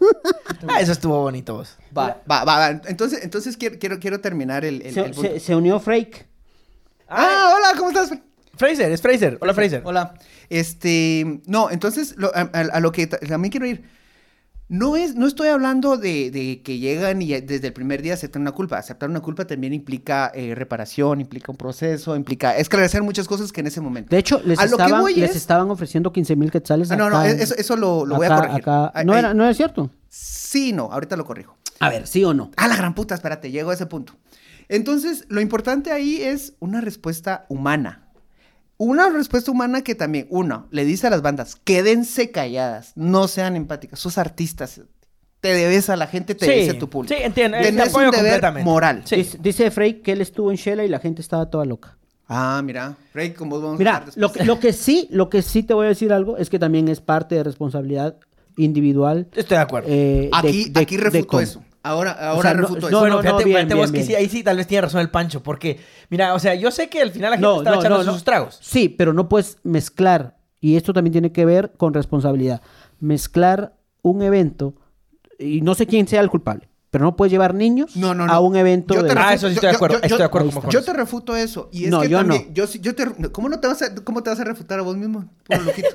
Speaker 1: Ah, eso estuvo bonito vos.
Speaker 2: Va, va, va, va. Entonces, entonces quiero, quiero, quiero terminar el, el- el
Speaker 3: se,
Speaker 2: punto.
Speaker 3: se- se unió Freik.
Speaker 2: Ah, hola, ¿cómo estás?
Speaker 1: Fraser, es Fraser. Hola, Fraser.
Speaker 2: Hola. Este, no, entonces lo- a, a- a lo que ta- también quiero ir. No, es, no estoy hablando de, de que llegan y ya desde el primer día aceptan una culpa. Aceptar una culpa también implica eh, reparación, implica un proceso, implica esclarecer muchas cosas que en ese momento.
Speaker 3: De hecho, les,
Speaker 2: A lo que
Speaker 3: estaban,
Speaker 2: voy
Speaker 3: les
Speaker 2: es-
Speaker 3: estaban ofreciendo 15 mil quetzales.
Speaker 2: Ah, no, no,
Speaker 3: acá en-
Speaker 2: eso, eso lo, lo voy a
Speaker 3: acá-
Speaker 2: corregir.
Speaker 3: acá-
Speaker 2: Ay,
Speaker 3: No,
Speaker 2: ay,
Speaker 3: era, no es cierto.
Speaker 2: Sí, no, ahorita lo corrijo.
Speaker 3: A ver, sí o no.
Speaker 2: A Ah, la gran puta, espérate, llego a ese punto. Entonces, lo importante ahí es una respuesta humana. Una respuesta humana que también, uno, le dice a las bandas, quédense calladas, no sean empáticas, sos artistas. te debes a la gente, te
Speaker 1: Sí,
Speaker 2: debes a tu público.
Speaker 1: sí, entiendo,
Speaker 3: eh,
Speaker 2: De-
Speaker 1: te
Speaker 2: no es
Speaker 1: apoyo
Speaker 2: un deber
Speaker 1: completamente.
Speaker 2: moral.
Speaker 1: Sí.
Speaker 3: Dice, dice Frey que él estuvo en Shela y la gente estaba toda loca.
Speaker 2: Ah, mira. Rey, con vos vamos a
Speaker 3: Mira,
Speaker 2: hablar después.
Speaker 3: lo que, lo que sí, lo que sí te voy a decir algo es que también es parte de responsabilidad individual.
Speaker 1: Estoy de acuerdo.
Speaker 3: eh, de-
Speaker 2: Aquí,
Speaker 3: de-
Speaker 2: aquí
Speaker 3: de
Speaker 2: refuto
Speaker 3: cómo.
Speaker 2: eso. Ahora, ahora
Speaker 3: sea, no-
Speaker 2: refuto
Speaker 3: no,
Speaker 2: eso.
Speaker 1: bueno,
Speaker 3: no,
Speaker 1: fíjate,
Speaker 3: bien,
Speaker 1: fíjate
Speaker 3: bien,
Speaker 1: vos que
Speaker 3: bien.
Speaker 1: sí, ahí sí tal vez tiene razón el Pancho, porque, mira, o sea, yo sé que al final la gente
Speaker 3: No,
Speaker 1: estaba
Speaker 3: no,
Speaker 1: echando
Speaker 3: no, no.
Speaker 1: sus tragos.
Speaker 3: Sí, pero no puedes mezclar, y esto también tiene que ver con responsabilidad, mezclar un evento, y no sé quién sea el culpable, pero no puedes llevar niños
Speaker 2: No, no, no.
Speaker 3: a un evento
Speaker 2: Yo te
Speaker 3: de...
Speaker 1: Ah,
Speaker 2: refuto-
Speaker 1: eso sí estoy de acuerdo, estoy de acuerdo
Speaker 2: yo-
Speaker 1: con Juan.
Speaker 2: yo te refuto eso. Y es
Speaker 3: No,
Speaker 2: que
Speaker 3: yo
Speaker 2: también,
Speaker 3: no.
Speaker 2: yo sí- yo te- ¿cómo, no te vas a, ¿Cómo te vas a refutar a vos mismo? Puro loquito.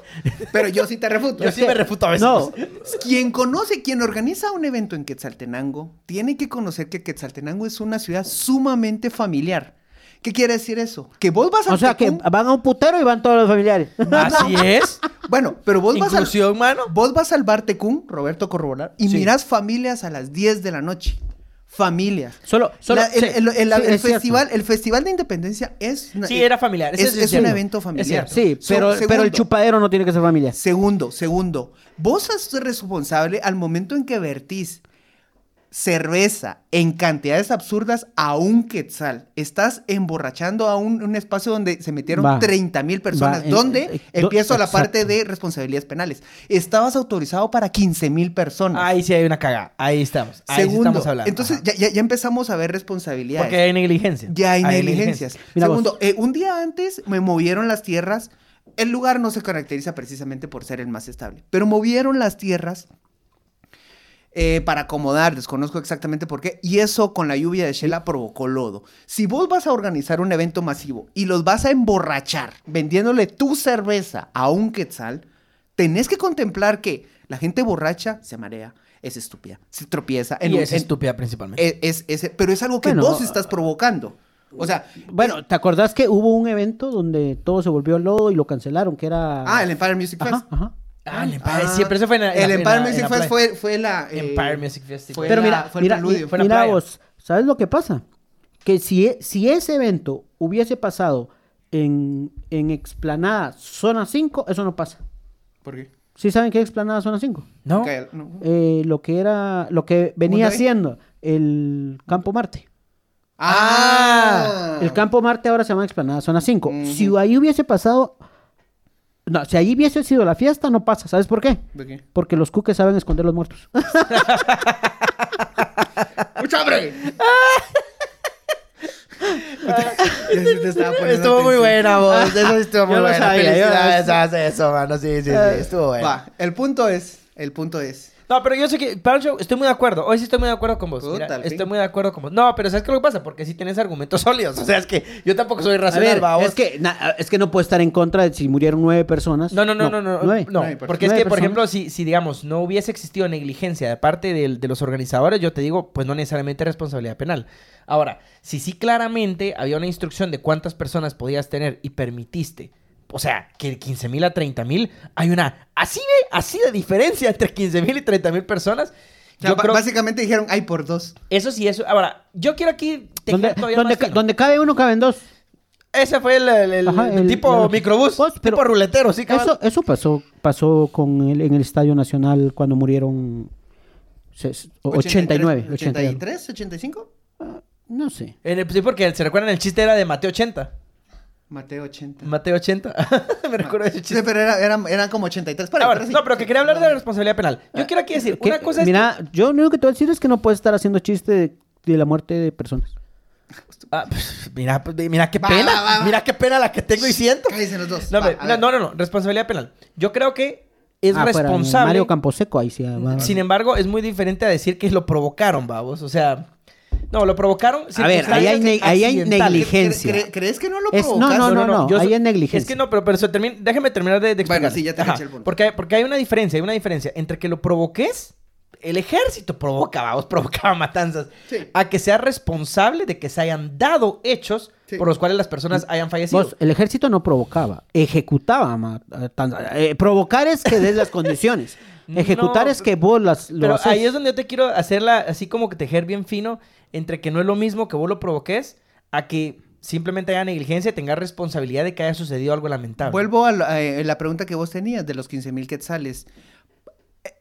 Speaker 2: Pero yo sí te refuto.
Speaker 1: Yo sí me refuto a veces.
Speaker 3: No,
Speaker 2: Quien conoce, quien organiza un evento en Quetzaltenango, tiene que conocer que Quetzaltenango es una ciudad sumamente familiar. ¿Qué quiere decir eso? Que vos vas a
Speaker 3: o sea que
Speaker 2: Tecum-
Speaker 3: van a un putero y van todos los familiares.
Speaker 1: Así es.
Speaker 2: Bueno, pero vos vas al...
Speaker 1: Inclusión, mano.
Speaker 2: Vos vas al bar Tecún, Roberto Corroborar, y
Speaker 1: Sí.
Speaker 2: mirás familias a las 10 de la noche. Familias.
Speaker 3: Solo, solo
Speaker 2: La- el,
Speaker 3: sí,
Speaker 2: el- el-
Speaker 3: sí,
Speaker 2: el
Speaker 3: es cierto.
Speaker 2: festival, el Festival de Independencia es... una-
Speaker 1: Sí, era familiar. Eso
Speaker 2: Es,
Speaker 1: sí
Speaker 2: es un
Speaker 1: cierto.
Speaker 2: evento familiar.
Speaker 1: Es cierto.
Speaker 3: Sí,
Speaker 2: So-
Speaker 3: pero, pero el
Speaker 2: segundo.
Speaker 3: chupadero no tiene que ser familiar.
Speaker 2: Segundo, segundo, vos sos responsable al momento en que vertís cerveza en cantidades absurdas a un quetzal. Estás emborrachando a un, un espacio donde se metieron
Speaker 3: Va.
Speaker 2: 30 mil personas.
Speaker 3: Va, en-
Speaker 2: donde
Speaker 3: eh, do-
Speaker 2: empiezo la parte
Speaker 3: exacto.
Speaker 2: de responsabilidades penales. Estabas autorizado para 15 mil personas.
Speaker 1: Ahí sí hay una cagada. Ahí estamos. Ahí sí
Speaker 2: Segundo,
Speaker 1: estamos hablando.
Speaker 2: entonces
Speaker 1: Ajá.
Speaker 2: ya, ya- ya empezamos a ver responsabilidades.
Speaker 1: Porque hay negligencia.
Speaker 2: Ya hay negligencias.
Speaker 3: Mira vos.
Speaker 2: Segundo, eh, un día antes me movieron las tierras. El lugar no se caracteriza precisamente por ser el más estable, pero movieron las tierras eh, para acomodar, desconozco exactamente por qué, y eso con la lluvia de Shela provocó lodo. Si vos vas a organizar un evento masivo y los vas a emborrachar vendiéndole tu cerveza a un quetzal, tenés que contemplar que la gente borracha se marea, es estúpida, se tropieza.
Speaker 1: Y
Speaker 2: un- Eh,
Speaker 1: es estúpida principalmente.
Speaker 2: es, E-, es- es- pero es algo que
Speaker 3: Bueno,
Speaker 2: vos estás provocando. O sea,
Speaker 3: Bueno, ¿te acordás que hubo un evento donde todo se volvió lodo y lo cancelaron? Que era...
Speaker 2: ah, el Empire Music Fest.
Speaker 3: Ajá, ajá.
Speaker 1: ah, el Empire.
Speaker 2: Ah,
Speaker 1: siempre eso fue en la- en
Speaker 2: El
Speaker 1: la- en
Speaker 2: Empire
Speaker 1: la- en
Speaker 2: Music
Speaker 1: la
Speaker 2: Fest
Speaker 1: playa.
Speaker 2: fue, fue la. eh,
Speaker 1: Empire Music Fest. sí,
Speaker 2: fue
Speaker 1: fue.
Speaker 3: Pero
Speaker 2: la-
Speaker 3: mira,
Speaker 2: fue el
Speaker 3: mira,
Speaker 2: preludio,
Speaker 3: mi-
Speaker 1: fue la
Speaker 3: mira
Speaker 1: playa.
Speaker 3: vos, ¿sabes lo que pasa? Que si, e- si ese evento hubiese pasado en, en Explanada Zona 5, eso no pasa.
Speaker 2: ¿Por qué?
Speaker 3: ¿Sí saben qué es Explanada Zona 5?
Speaker 1: ¿No?
Speaker 2: Cállalo, no.
Speaker 3: Eh, lo que era, lo que venía
Speaker 2: Hyundai.
Speaker 3: haciendo el Campo Marte.
Speaker 2: Ah,
Speaker 3: El Campo Marte ahora se llama Explanada Zona 5.
Speaker 2: Ujú.
Speaker 3: Si ahí hubiese pasado, no, si ahí hubiese sido la fiesta, no pasa. ¿Sabes por qué?
Speaker 2: ¿De qué?
Speaker 3: Porque los cuques saben esconder los muertos.
Speaker 2: ¡Mucha hambre!
Speaker 1: Ah.
Speaker 2: Ya se te estaba poniendo
Speaker 1: Estuvo muy
Speaker 2: tensión.
Speaker 1: buena, vos. Eso sí estuvo muy
Speaker 3: Yo lo
Speaker 1: buena.
Speaker 3: sabía, yo lo
Speaker 1: Felicidades, haces eso, mano. Sí, sí, sí. Estuvo bueno.
Speaker 2: Va, el punto es. El punto es.
Speaker 1: No, pero yo sé que, Pancho, estoy muy de acuerdo. Hoy sí estoy muy de acuerdo con vos.
Speaker 2: Puta,
Speaker 1: Mira,
Speaker 2: al fin.
Speaker 1: estoy muy de acuerdo con vos. No, pero ¿sabes qué es lo que pasa? Porque sí tenés argumentos sólidos. O sea, es que yo tampoco soy
Speaker 3: A
Speaker 1: racional,
Speaker 3: ver,
Speaker 1: ¿va, vos?
Speaker 3: es que, na- es que no puedo estar en contra de si murieron nueve personas.
Speaker 1: No, no, no, no, no.
Speaker 3: nueve.
Speaker 1: no,
Speaker 2: Nueve
Speaker 1: porque es
Speaker 3: personas.
Speaker 1: que, por ejemplo, si, si, digamos, no hubiese existido negligencia de parte del- de, los organizadores, yo te digo, pues no necesariamente responsabilidad penal. Ahora, si sí claramente había una instrucción de cuántas personas podías tener y permitiste, o sea, que de 15 mil a 30 mil, hay una así de, así de diferencia entre 15 mil y 30 mil personas.
Speaker 2: O sea,
Speaker 1: Yo
Speaker 2: ba-
Speaker 1: creo
Speaker 2: Básicamente dijeron, ay, por dos.
Speaker 1: eso sí, eso. Ahora, yo quiero aquí tejer
Speaker 3: Donde,
Speaker 1: todavía
Speaker 3: donde
Speaker 1: más
Speaker 3: ca-
Speaker 1: fino.
Speaker 3: donde cabe uno, caben dos.
Speaker 1: Ese fue el, el- el
Speaker 3: Ajá, el-
Speaker 1: tipo
Speaker 3: el-
Speaker 1: microbús,
Speaker 3: Pues, pero-
Speaker 1: tipo ruletero, sí, cabal?
Speaker 3: Eso, eso pasó, pasó con el- en el Estadio Nacional cuando murieron ses- o- 89. 89.
Speaker 2: 83, 85.
Speaker 3: No sé.
Speaker 1: En el- sí, porque se recuerdan el chiste era de Mateo 80.
Speaker 2: Mateo 80.
Speaker 1: Mateo 80. Me recuerdo ese
Speaker 2: Sí,
Speaker 1: chiste.
Speaker 2: pero era, eran, eran como 83. Por ahí,
Speaker 1: Ahora,
Speaker 2: por ahí.
Speaker 1: Ah, no, pero que quería hablar de la responsabilidad penal. Yo quiero aquí decir,
Speaker 3: Que-
Speaker 1: una cosa es...
Speaker 3: mira, yo lo único que te voy a decir es que no puedes estar haciendo chiste de, de la muerte de personas.
Speaker 1: Ah, pues, mira, pues, mira qué
Speaker 2: Va,
Speaker 1: pena.
Speaker 2: va, va, va.
Speaker 1: Mira qué pena la que tengo y siento.
Speaker 2: Cállense los dos.
Speaker 1: No,
Speaker 2: Va,
Speaker 1: hombre,
Speaker 2: a ver.
Speaker 1: no, no, no, responsabilidad penal. Yo creo que es
Speaker 3: Ah, fuera,
Speaker 1: responsable.
Speaker 3: Mario Camposeco ahí sí. ah, va-
Speaker 1: Sin embargo, es muy diferente a decir que lo provocaron, babos. O sea, no, lo provocaron. circunstancias
Speaker 3: ahí hay ne- ahí hay
Speaker 1: accidentales. Ah,
Speaker 3: negligencia.
Speaker 2: ¿Cre- cre- ¿Crees que no lo
Speaker 3: Es- no,
Speaker 2: provocas?
Speaker 3: no,
Speaker 1: Yo
Speaker 3: ahí
Speaker 1: so-
Speaker 3: es negligencia.
Speaker 1: Es que no, pero, pero eso termina- déjame terminar de, de explicar.
Speaker 2: Bueno, sí, ya te caché el punto.
Speaker 1: Porque, porque hay una diferencia, hay una diferencia entre que lo provoques, el ejército provoca, vamos, provocaba matanzas,
Speaker 2: Sí.
Speaker 1: a que sea responsable de que se hayan dado hechos
Speaker 2: Sí.
Speaker 1: por los cuales las personas hayan fallecido.
Speaker 3: Vos, el ejército no provocaba, ejecutaba. ma- eh, tan- eh, provocar es que des las condiciones. Ejecutar
Speaker 1: No,
Speaker 3: es que vos las lo
Speaker 1: Pero
Speaker 3: haces.
Speaker 1: ahí es donde yo te quiero hacerla así como que tejer bien fino entre que no es lo mismo que vos lo provoques a que simplemente haya negligencia y tenga responsabilidad de que haya sucedido algo lamentable.
Speaker 2: Vuelvo a la, eh, la pregunta que vos tenías de los 15 mil quetzales.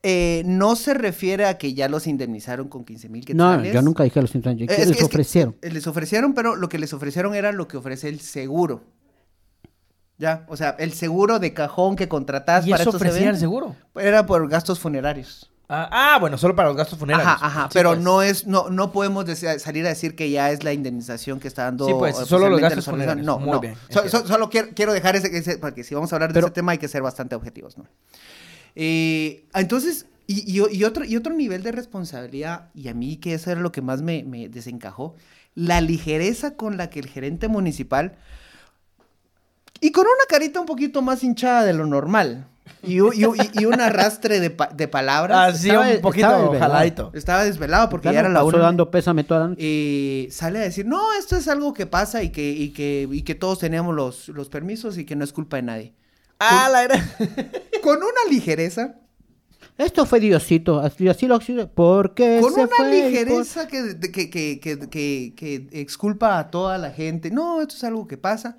Speaker 2: eh, no se refiere a que ya los indemnizaron con 15 mil
Speaker 3: No,
Speaker 2: quetzales.
Speaker 3: yo nunca dije a los Simpsons. Yo
Speaker 2: Eh, es
Speaker 3: les
Speaker 2: que- es que
Speaker 3: ofrecieron.
Speaker 2: les ofrecieron, pero lo que les ofrecieron era lo que ofrece el seguro. Ya, o sea, el seguro de cajón que contratás
Speaker 1: ¿Y
Speaker 2: para
Speaker 1: eso
Speaker 2: estos
Speaker 1: ofrecían el
Speaker 2: eventos.
Speaker 1: seguro?
Speaker 2: Era por gastos funerarios.
Speaker 1: Ah, ah, bueno, solo para los gastos funerarios.
Speaker 2: Ajá, ajá,
Speaker 1: Sí,
Speaker 2: pero
Speaker 1: pues.
Speaker 2: no es, no, no podemos decir- salir a decir que ya es la indemnización que está dando.
Speaker 1: Sí, pues,
Speaker 2: eh,
Speaker 1: solo los
Speaker 2: oficialmente
Speaker 1: gastos
Speaker 2: organizadores.
Speaker 1: funerarios.
Speaker 2: No,
Speaker 1: Muy
Speaker 2: no.
Speaker 1: bien,
Speaker 2: So-
Speaker 1: entiendo.
Speaker 2: so- solo quiero, quiero dejar ese, ese- porque si vamos a hablar de
Speaker 3: Pero-
Speaker 2: ese tema hay que ser bastante objetivos, ¿no? Eh, entonces, y, y- y otro, y otro nivel de responsabilidad, y a mí que eso era lo que más me, me desencajó, la ligereza con la que el gerente municipal, y con una carita un poquito más hinchada de lo normal, y, u- y u- y- y un arrastre de, pa- de palabras.
Speaker 1: Así
Speaker 2: estaba-
Speaker 1: Ah, un
Speaker 3: estaba
Speaker 1: poquito
Speaker 3: desvelado.
Speaker 1: jaladito.
Speaker 2: estaba desvelado porque ya era la
Speaker 3: Claro, pasó
Speaker 2: una.
Speaker 3: dando pésame toda la noche.
Speaker 2: Eh, sale a decir, no, esto es algo que pasa y que, y que, y que todos teníamos los, los permisos y que no es culpa de nadie.
Speaker 1: Ah, la gran...
Speaker 2: Con una ligereza,
Speaker 3: Esto fue Diosito. Así, así lo porque
Speaker 2: con
Speaker 3: Pues se
Speaker 2: una
Speaker 3: fue? y
Speaker 2: ligereza que, de- que, que, que, que- que exculpa a toda la gente. No, esto es algo que pasa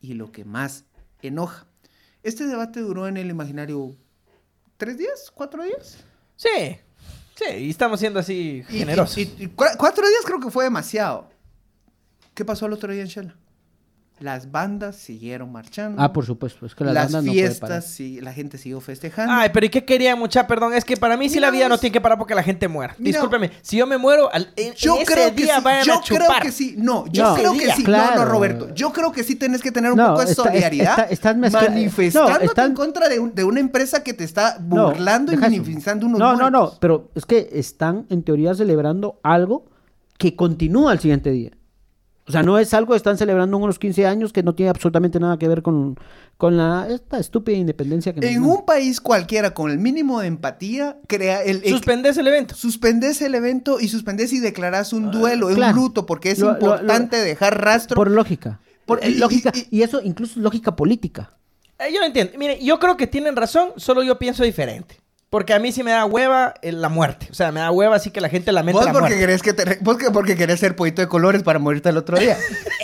Speaker 2: y lo que más enoja. Este debate duró en el imaginario tres días, cuatro días.
Speaker 1: Sí, sí, y estamos siendo así
Speaker 2: Y- y-
Speaker 1: generosos.
Speaker 2: y- y cua- cuatro días creo que fue demasiado. ¿Qué pasó el otro día en Shela? Las bandas siguieron marchando.
Speaker 3: por- Ah, por supuesto. Es que la
Speaker 2: las
Speaker 3: banda no puede parar.
Speaker 2: fiestas, sí, la gente siguió festejando.
Speaker 1: Ay, pero ¿y qué quería, mucha? Perdón, es que para mí sí la vida no
Speaker 2: Miramos-
Speaker 1: tiene que parar porque la gente muera.
Speaker 2: Mira-
Speaker 1: Discúlpeme, si yo me muero, al, en, en
Speaker 2: yo
Speaker 1: ese
Speaker 2: creo que
Speaker 1: día
Speaker 2: sí,
Speaker 1: vayan
Speaker 2: yo
Speaker 1: a chupar.
Speaker 2: creo que sí. No, yo
Speaker 3: No,
Speaker 2: creo
Speaker 1: ese
Speaker 2: que
Speaker 1: día.
Speaker 2: sí. No,
Speaker 3: Claro.
Speaker 2: no, Roberto. Yo creo que sí tenés que tener un
Speaker 3: No,
Speaker 2: poco de
Speaker 3: está-
Speaker 2: solidaridad.
Speaker 3: está- estás mezcla-
Speaker 2: manifestándote
Speaker 3: no, están-
Speaker 2: en contra de, un- de una empresa que te está
Speaker 3: No,
Speaker 2: burlando y
Speaker 3: deja eso.
Speaker 2: minimizando unos
Speaker 3: No, no, no,
Speaker 2: muertos.
Speaker 3: pero es que están en teoría celebrando algo que continúa al siguiente día. O sea, no es algo que están celebrando unos 15 años que no tiene absolutamente nada que ver con, con la esta estúpida independencia que nos
Speaker 2: En
Speaker 3: dan.
Speaker 2: un país cualquiera con el mínimo de empatía, crea el, el-
Speaker 1: Suspendes el evento.
Speaker 2: suspendés el evento y suspendés y declarás un duelo,
Speaker 3: Ah, claro.
Speaker 2: un luto, porque es
Speaker 3: Lo- lo-
Speaker 2: importante dejar rastro.
Speaker 3: por lógica.
Speaker 2: Por-
Speaker 3: Eh,
Speaker 2: y-
Speaker 3: lógica
Speaker 2: y-
Speaker 3: y, eso incluso lógica política.
Speaker 1: Eh, yo lo entiendo. Mire, yo creo que tienen razón, solo yo pienso diferente. Porque a mí sí me da hueva eh, la muerte. O sea, me da hueva así que la gente lamente
Speaker 2: Vos
Speaker 1: la
Speaker 2: Pues porque
Speaker 1: muerte.
Speaker 2: querés, que te re- vos que- porque querés ser pollito de colores para morirte el otro día.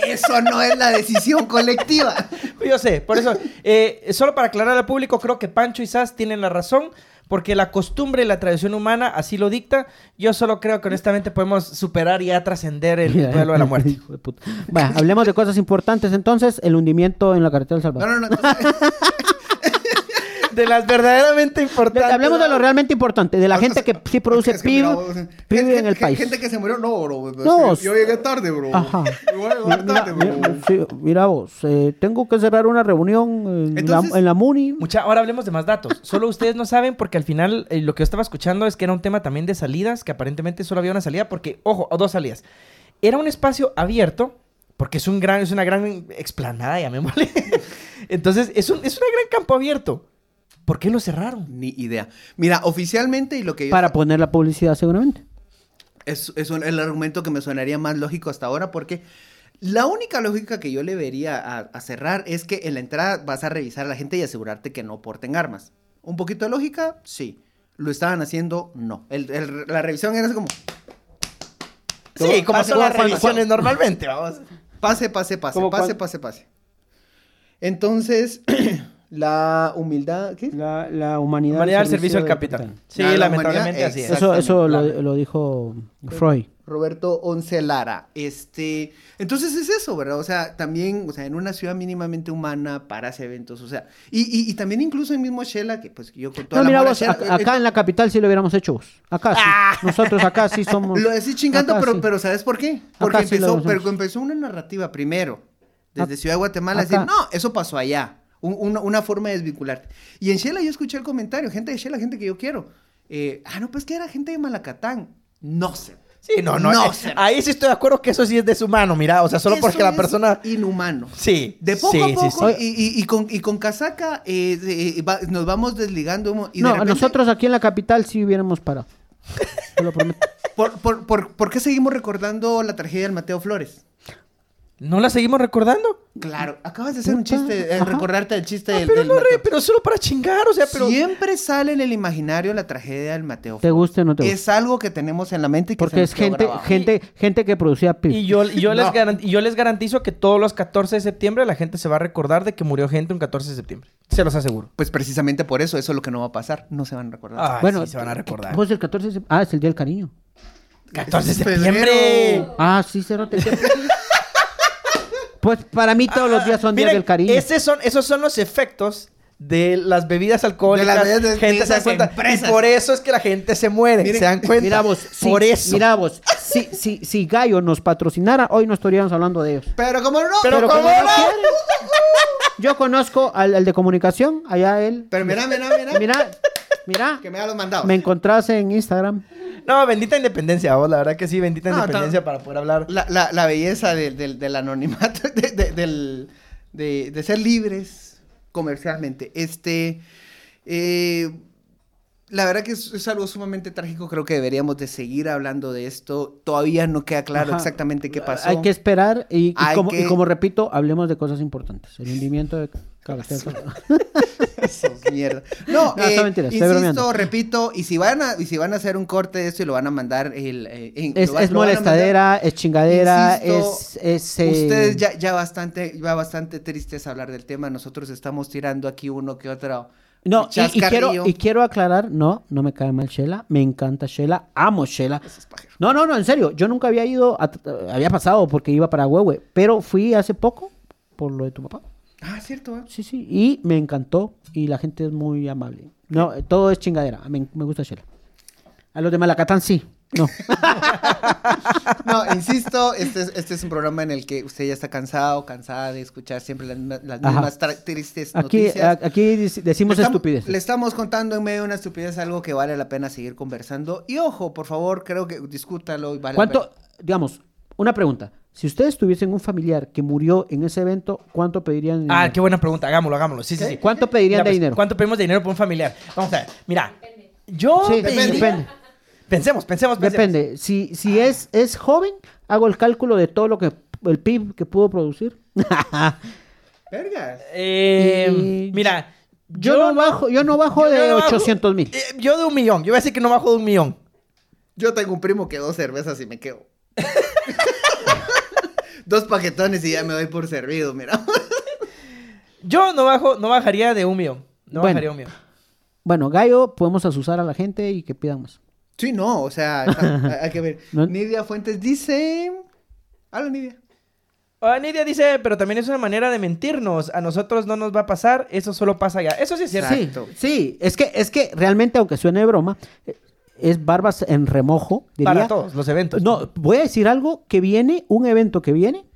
Speaker 2: Eso no es la decisión colectiva.
Speaker 1: Yo sé, por eso, eh, solo para aclarar al público, creo que Pancho y Sass tienen la razón, porque la costumbre y la tradición humana así lo dicta. Yo solo creo que honestamente podemos superar y ya trascender el duelo de la muerte.
Speaker 3: Hijo de puta. Bueno, hablemos de cosas importantes entonces, el hundimiento en la carretera del
Speaker 2: No,
Speaker 3: Salvador.
Speaker 2: no, no. no.
Speaker 1: De las verdaderamente
Speaker 3: De-
Speaker 1: importantes.
Speaker 3: hablemos de lo realmente importante, de la gente que sí produce
Speaker 2: Es que mira,
Speaker 3: PIB,
Speaker 2: vos-
Speaker 3: PIB
Speaker 2: gente-
Speaker 3: en el
Speaker 2: gente-
Speaker 3: país.
Speaker 2: Gente que se murió, no, bro. es que
Speaker 3: No,
Speaker 2: yo llegué tarde, bro.
Speaker 3: Ajá.
Speaker 2: Yo voy a llegar
Speaker 3: Mira,
Speaker 2: tarde,
Speaker 3: mira,
Speaker 2: bro.
Speaker 3: sí, mira vos, eh, tengo que cerrar una reunión en,
Speaker 2: Entonces-
Speaker 3: la, en la MUNI.
Speaker 1: Mucha, ahora hablemos de más datos. Solo ustedes no saben porque al final eh, lo que yo estaba escuchando es que era un tema también de salidas, que aparentemente solo había una salida porque, ojo, o dos salidas. Era un espacio abierto, porque es, un gran, es una gran explanada, llamémosle. Entonces, es un, es un gran campo abierto. ¿Por qué lo cerraron?
Speaker 2: Ni idea. Mira, oficialmente y lo que yo-
Speaker 3: Para poner la publicidad seguramente.
Speaker 2: es, es un- el argumento que me sonaría más lógico hasta ahora porque la única lógica que yo le vería a, a cerrar es que en la entrada vas a revisar a la gente y asegurarte que no porten armas. ¿Un poquito de lógica? Sí. ¿Lo estaban haciendo? No. El- el- la revisión era así como
Speaker 1: Sí, como
Speaker 2: Pase,
Speaker 1: son las
Speaker 2: Juan, Juan,
Speaker 1: revisiones normalmente, vamos.
Speaker 2: pase, pase, pase,
Speaker 3: Como
Speaker 2: pase,
Speaker 3: cuando-
Speaker 2: pase, pase. Entonces, la humildad... ¿qué?
Speaker 3: La, humanidad,
Speaker 1: Humanidad al servicio del capital. Sí,
Speaker 2: Ah, la
Speaker 1: lamentablemente
Speaker 2: humanidad,
Speaker 1: así es.
Speaker 2: exacto.
Speaker 3: Eso, eso lo,
Speaker 2: Exactamente.
Speaker 3: lo dijo Freud.
Speaker 2: Roberto Once Lara. Este, entonces es eso, ¿verdad? O sea, también, o sea, en una ciudad mínimamente humana para hacer eventos, o sea, y, y, y también incluso en mismo Shela, que pues yo con toda
Speaker 3: No,
Speaker 2: la
Speaker 3: mira
Speaker 2: mala
Speaker 3: vos,
Speaker 2: Shela,
Speaker 3: ac-
Speaker 2: eh, Ah.
Speaker 3: acá en la capital sí lo hubiéramos hecho vos. Acá sí. Nosotros acá sí somos.
Speaker 2: eh, lo decís chingando,
Speaker 3: acá
Speaker 2: pero,
Speaker 3: sí.
Speaker 2: pero ¿sabes por qué? Porque
Speaker 3: Acá sí lo
Speaker 2: empezó,
Speaker 3: hacemos.
Speaker 2: pero empezó una narrativa primero, desde
Speaker 3: Ac-
Speaker 2: Ciudad de Guatemala,
Speaker 3: acá.
Speaker 2: decir, no, eso pasó allá. Un- una, una forma de desvincularte. Y en Shela yo escuché el comentario, gente de Shela, gente que yo quiero. eh, ah, no, pues que era gente de Malacatán. No sé.
Speaker 1: Sí, no, no. eh,
Speaker 2: sé.
Speaker 1: ahí sí estoy de acuerdo que eso sí es deshumano, mira. O sea, solo
Speaker 2: Eso
Speaker 1: porque la
Speaker 2: es
Speaker 1: persona...
Speaker 2: Inhumano.
Speaker 1: Sí.
Speaker 2: De poco
Speaker 1: sí,
Speaker 2: a
Speaker 1: sí,
Speaker 2: poco,
Speaker 1: sí.
Speaker 2: Y, y- y con, y con casaca eh, de- eh, va- nos vamos desligando. hemos- Y de
Speaker 3: no,
Speaker 2: repente,
Speaker 3: nosotros aquí en la capital sí hubiéramos parado. Te lo prometo.
Speaker 2: ¿por, por, por, por qué seguimos recordando la tragedia del Mateo Flores?
Speaker 1: ¿No la seguimos recordando?
Speaker 2: Claro, acabas de hacer un
Speaker 3: Puta,
Speaker 2: chiste, eh,
Speaker 3: ajá.
Speaker 2: recordarte el chiste
Speaker 1: Ah,
Speaker 2: del,
Speaker 1: pero
Speaker 2: del
Speaker 1: no, re-
Speaker 2: Mateo.
Speaker 1: pero solo para chingar, o sea, pero...
Speaker 2: Siempre sale en el imaginario la tragedia del Mateo.
Speaker 3: ¿Te gusta o no te gusta?
Speaker 2: Es algo que tenemos en la mente y que se
Speaker 3: Porque
Speaker 2: nos
Speaker 3: es
Speaker 2: quedó
Speaker 3: gente,
Speaker 2: grabado.
Speaker 3: gente, gente que producía pip.
Speaker 1: Y yo, y yo les
Speaker 2: No.
Speaker 1: garan- y yo les garantizo que todos los 14 de septiembre la gente se va a recordar de que murió gente un 14 de septiembre. Se los aseguro.
Speaker 2: Pues precisamente por eso, eso es lo que no va a pasar. No se van a recordar.
Speaker 1: Ah,
Speaker 3: Bueno,
Speaker 1: sí, se van a recordar.
Speaker 3: Pues el 14 de sep- Ah, es el día del cariño.
Speaker 1: 14 de
Speaker 2: Es febrero.
Speaker 1: septiembre.
Speaker 3: Ah, sí, cerote. pues para mí todos
Speaker 2: Ah,
Speaker 3: los días son días
Speaker 1: Miren,
Speaker 3: del cariño.
Speaker 1: ese son, esos son los efectos de las bebidas alcohólicas.
Speaker 2: De las bebidas de-
Speaker 1: gente
Speaker 2: de
Speaker 1: se da
Speaker 2: esas
Speaker 1: cuenta.
Speaker 2: empresas.
Speaker 1: Y por eso es que la gente se muere.
Speaker 2: Miren,
Speaker 1: ¿Se dan cuenta?
Speaker 3: Mira vos, sí,
Speaker 1: por eso.
Speaker 3: Mira vos, si, si, si Gallo nos patrocinara, hoy no estaríamos hablando de ellos.
Speaker 2: Pero como no.
Speaker 1: Pero
Speaker 3: como
Speaker 1: ¿cómo
Speaker 3: no
Speaker 1: no?
Speaker 3: quieren. Yo conozco al, al de comunicación, allá él.
Speaker 2: Pero mira, mira, mira.
Speaker 3: Mira, mira,
Speaker 2: Que me da los mandados.
Speaker 3: me encontrás en Instagram.
Speaker 1: No, bendita independencia, vos, la verdad que sí, bendita
Speaker 2: No,
Speaker 1: independencia
Speaker 2: tan-
Speaker 1: para poder hablar.
Speaker 2: La, la- la belleza del, del- del anonimato, de, de- del- de- de ser libres comercialmente. Este, eh, la verdad que es, es algo sumamente trágico. Creo que deberíamos de seguir hablando de esto. Todavía no queda claro
Speaker 3: Ajá.
Speaker 2: exactamente qué pasó.
Speaker 3: Hay que esperar y, y
Speaker 2: Hay
Speaker 3: como,
Speaker 2: que- Ah,
Speaker 3: y como repito, hablemos de cosas importantes. El hundimiento de Cabestero.
Speaker 2: Sos mierda. No,
Speaker 3: No, está
Speaker 2: eh,
Speaker 3: mentira, estoy
Speaker 2: insisto,
Speaker 3: bromeando.
Speaker 2: repito, y si van a, y si van a hacer un corte de esto y lo van a mandar el, eh, en-
Speaker 3: Es,
Speaker 2: lo va-
Speaker 3: es
Speaker 2: lo van a mandar-
Speaker 3: molestadera, es chingadera,
Speaker 2: Insisto,
Speaker 3: es... es eh,
Speaker 2: Ustedes ya, ya bastante, ya bastante tristes hablar del tema. Nosotros estamos tirando aquí uno que otro.
Speaker 3: No, y- y,
Speaker 2: chascarrillo.
Speaker 3: quiero, y quiero aclarar, no, no me cae mal Shela, me encanta Shela, amo Shela.
Speaker 2: Esos pajeros.
Speaker 3: No, no, no, en serio, yo nunca había ido, a- eh, había pasado porque iba para Huehue, pero fui hace poco por lo de tu papá.
Speaker 2: Ah, cierto. ¿eh?
Speaker 3: Sí, sí, y me encantó y la gente es muy amable. No, eh, todo es chingadera, me, me gusta Shela. A los de Malacatán sí, no.
Speaker 2: No, insisto, este es, este es un programa en el que usted ya está cansado, cansada de escuchar siempre las, mismas- las
Speaker 3: Ajá.
Speaker 2: mismas tra- tristes
Speaker 3: Aquí,
Speaker 2: noticias.
Speaker 3: a- aquí dec- decimos
Speaker 2: Le estamos-
Speaker 3: estupidez.
Speaker 2: Le estamos contando en medio de una estupidez algo que vale la pena seguir conversando. Y ojo, por favor, creo que discútalo. y Vale la
Speaker 3: ¿Cuánto,
Speaker 2: pena.
Speaker 3: digamos, una pregunta, si ustedes tuviesen un familiar que murió en ese evento, ¿cuánto pedirían? en
Speaker 1: Ah,
Speaker 3: dinero?
Speaker 1: qué buena pregunta, hagámoslo, hagámoslo. Sí, sí, sí.
Speaker 3: Mm. ¿Cuánto
Speaker 1: Mira,
Speaker 3: pedirían de
Speaker 1: pues,
Speaker 3: dinero?
Speaker 1: ¿Cuánto pedimos de dinero por un familiar? Vamos a ver, mira, yo
Speaker 3: Sí,
Speaker 1: pediría-
Speaker 3: depende. Depende.
Speaker 1: Pensemos, pensemos, pensemos.
Speaker 3: Depende. Si, si es, es joven, hago el cálculo de todo lo que el PIB que pudo producir.
Speaker 2: Vergas.
Speaker 1: Eh,
Speaker 3: Y-
Speaker 1: Mira,
Speaker 3: Yo, no bajo, yo no bajo
Speaker 1: yo
Speaker 3: de
Speaker 1: no bajo-
Speaker 3: 800 mil.
Speaker 1: eh, yo de un millón, yo voy a decir que no bajo de un millón.
Speaker 2: Yo tengo un primo que dos cervezas y me quedo. dos paquetones y ya me doy por servido, mira.
Speaker 1: Yo no bajo, no bajaría de un millón. No
Speaker 3: Bueno.
Speaker 1: bajaría de un millón.
Speaker 3: Bueno, Gallo, podemos asusar a la gente y que pidan más.
Speaker 2: Sí, no, o sea, está- hay que ver.
Speaker 3: No-
Speaker 2: Nidia Fuentes dice... Habla, Nidia.
Speaker 1: Ah, Nidia dice, pero también es una manera de mentirnos. A nosotros no nos va a pasar, eso solo pasa allá. Eso sí es cierto.
Speaker 2: Exacto.
Speaker 3: Sí, sí. Es que, es que realmente, aunque suene de broma, eh, es barbas en remojo. Diría.
Speaker 1: Para todos los eventos.
Speaker 3: No, voy a decir algo que viene, un evento que viene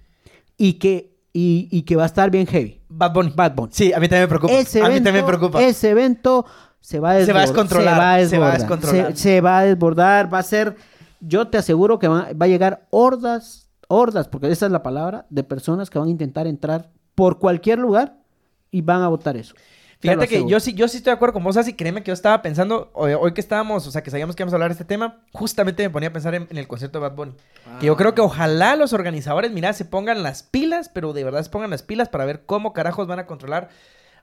Speaker 3: y que, y, y que va a estar bien heavy.
Speaker 1: Bad Bunny.
Speaker 3: Bad Bunny.
Speaker 1: Sí, a mí también me preocupa.
Speaker 3: Ese
Speaker 1: a
Speaker 3: evento,
Speaker 1: mí también me preocupa.
Speaker 3: Ese evento se va a desbordar.
Speaker 1: Se va a descontrolar,
Speaker 3: Se va a
Speaker 1: se va a
Speaker 3: desbordar.
Speaker 1: descontrolar.
Speaker 3: Se, se va a desbordar, va a ser... Yo te aseguro que va, va a llegar hordas, hordas, porque esa es la palabra, de personas que van a intentar entrar por cualquier lugar y van a votar eso. Te lo
Speaker 1: Fíjate que
Speaker 3: aseguro.
Speaker 1: yo sí, yo sí estoy de acuerdo con vos, así créeme que yo estaba pensando, hoy, hoy que estábamos, o sea, que sabíamos que íbamos a hablar de este tema, justamente me ponía a pensar en, en el concierto de Bad Bunny. Que yo creo que ojalá los organizadores, mira, se pongan las pilas, pero de verdad se pongan las pilas para ver cómo carajos van a controlar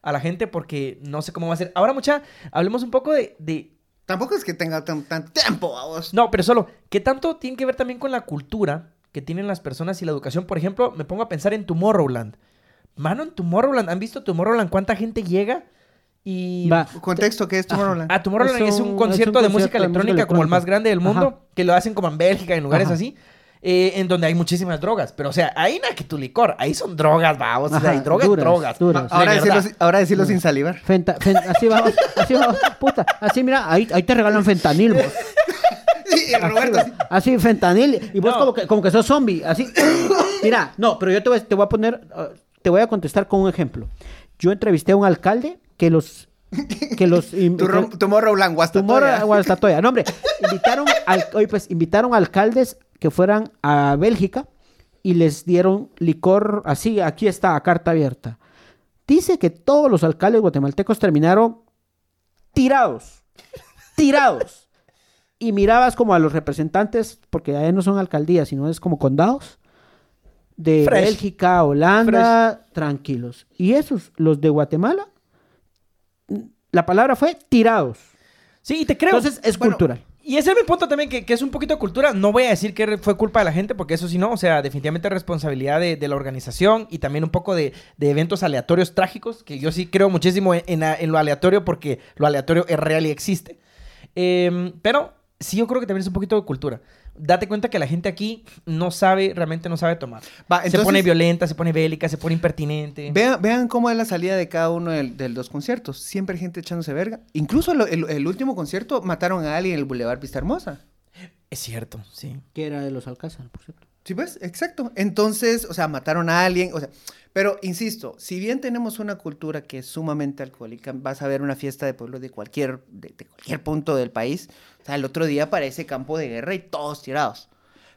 Speaker 1: a la gente, porque no sé cómo va a ser. Ahora, mucha, hablemos un poco de, de-
Speaker 2: Tampoco es que tenga tan, tan tiempo, vamos.
Speaker 1: No, pero solo, ¿qué tanto tiene que ver también con la cultura que tienen las personas y la educación? Por ejemplo, me pongo a pensar en Tomorrowland. Mano, en Tomorrowland, ¿han visto Tomorrowland? ¿Cuánta gente llega? Y...
Speaker 3: Va.
Speaker 2: Contexto que es Tomorrowland.
Speaker 1: Ah, Tomorrowland es un, concierto de música electrónica como el más grande del mundo,
Speaker 3: Ajá.
Speaker 1: que lo hacen como en Bélgica, en lugares
Speaker 3: Ajá.
Speaker 1: así, eh, en donde hay muchísimas drogas. Pero, o sea, ahí nada que tu licor, ahí son drogas, vamos, o sea,
Speaker 3: Ajá,
Speaker 1: hay drogas,
Speaker 3: duras,
Speaker 1: drogas.
Speaker 3: duras.
Speaker 1: La
Speaker 2: ahora,
Speaker 1: verdad.
Speaker 2: decirlo, sin- ahora decirlo sin salivar.
Speaker 3: Fenta- fen- así vamos, así vamos, puta, así mira, ahí, ahí te regalan fentanil, vos.
Speaker 2: Y el Roberto así,
Speaker 3: Así, fentanil. Y vos
Speaker 1: No.
Speaker 3: como, que, como que sos zombie. Así. Mira, no, pero yo te voy, te voy a poner. uh, te voy a contestar con un ejemplo. Yo entrevisté a un alcalde que los. Que los. im-
Speaker 2: tu ro-
Speaker 3: que-
Speaker 2: Tomorrowland,
Speaker 3: Tumor
Speaker 2: Guastatoya.
Speaker 3: a Guastatoya. No, hombre. Invitaron, al, oye, pues, invitaron a alcaldes que fueran a Bélgica y les dieron licor así. Aquí está, a carta abierta. Dice que todos los alcaldes guatemaltecos terminaron tirados. Tirados. Y mirabas como a los representantes, porque ya no son alcaldías, sino es como condados, de
Speaker 1: Fresh.
Speaker 3: Bélgica, Holanda, tranquilos. Y esos, los de Guatemala, la palabra fue tirados.
Speaker 1: Sí, y te creo.
Speaker 3: Entonces es
Speaker 1: Bueno,
Speaker 3: cultural.
Speaker 1: Y ese es mi punto también, que, que es un poquito de cultura. No voy a decir que fue culpa de la gente, porque eso sí no, o sea, definitivamente responsabilidad de, de la organización y también un poco de, de eventos aleatorios trágicos, que yo sí creo muchísimo en, en- en lo aleatorio, porque lo aleatorio es real y existe. Eh, pero sí yo creo que también es un poquito de cultura. Date cuenta que la gente aquí no sabe, realmente no sabe tomar.
Speaker 2: Va, Ah,
Speaker 1: se
Speaker 2: entonces-
Speaker 1: pone violenta, se pone bélica, se pone impertinente.
Speaker 2: Vean, vean cómo es la salida de cada uno del- de los conciertos. Siempre hay gente echándose verga. Incluso el, el- el último concierto mataron a alguien en el Boulevard Vista Hermosa.
Speaker 1: Es cierto, sí.
Speaker 3: Que era de los Alcázar, por cierto.
Speaker 2: Sí, pues, exacto. Entonces, o sea, mataron a alguien, o sea, pero insisto, si bien tenemos una cultura que es sumamente alcohólica, vas a ver una fiesta de pueblos de cualquier, de, de cualquier punto del país, o sea, el otro día parece campo de guerra y todos tirados.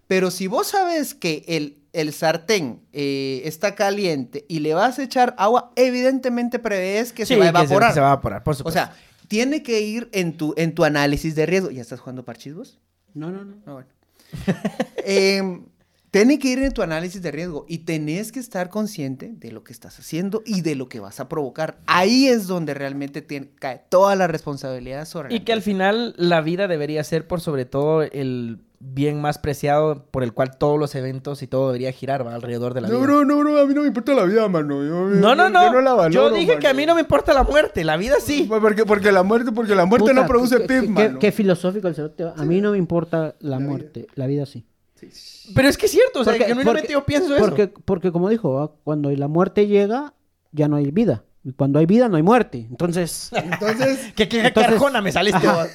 Speaker 2: Pero si vos sabes que el, el sartén eh, está caliente y le vas a echar agua, evidentemente prevés que
Speaker 1: Sí,
Speaker 2: se va a
Speaker 1: que
Speaker 2: evaporar.
Speaker 1: se va a evaporar, por
Speaker 2: o
Speaker 1: supuesto.
Speaker 2: sea, tiene que ir en tu, en tu análisis de riesgo. ¿Ya estás jugando parchís vos?
Speaker 3: No, no, no.
Speaker 2: Ah, bueno. Em, tenés que ir en tu análisis de riesgo y tenés que estar consciente de lo que estás haciendo y de lo que vas a provocar. Ahí es donde realmente tiene- cae toda la responsabilidad sobre la
Speaker 1: Y que al final la vida debería ser por sobre todo el bien más preciado por el cual todos los eventos y todo debería girar ¿va? alrededor de la vida.
Speaker 2: no, no, a mí no me importa la vida, mano. Yo,
Speaker 1: No, no, no. Yo, dije que a mí no me importa la muerte, la vida sí.
Speaker 2: Porque, porque la muerte, porque la
Speaker 3: Puta, qué- qué- qué- Qué filosófico el cerote. A mí no me importa la, muerte, la vida sí.
Speaker 1: Pero es que es cierto, o sea, genuinamente yo pienso
Speaker 3: porque,
Speaker 1: eso.
Speaker 3: Porque, como dijo, ¿va? cuando la muerte llega, ya no hay vida. Y cuando hay vida, no hay muerte. Entonces,
Speaker 2: Entonces,
Speaker 1: Que qué
Speaker 3: Entonces-
Speaker 1: carjona me saliste.
Speaker 3: Ajá.
Speaker 1: vos.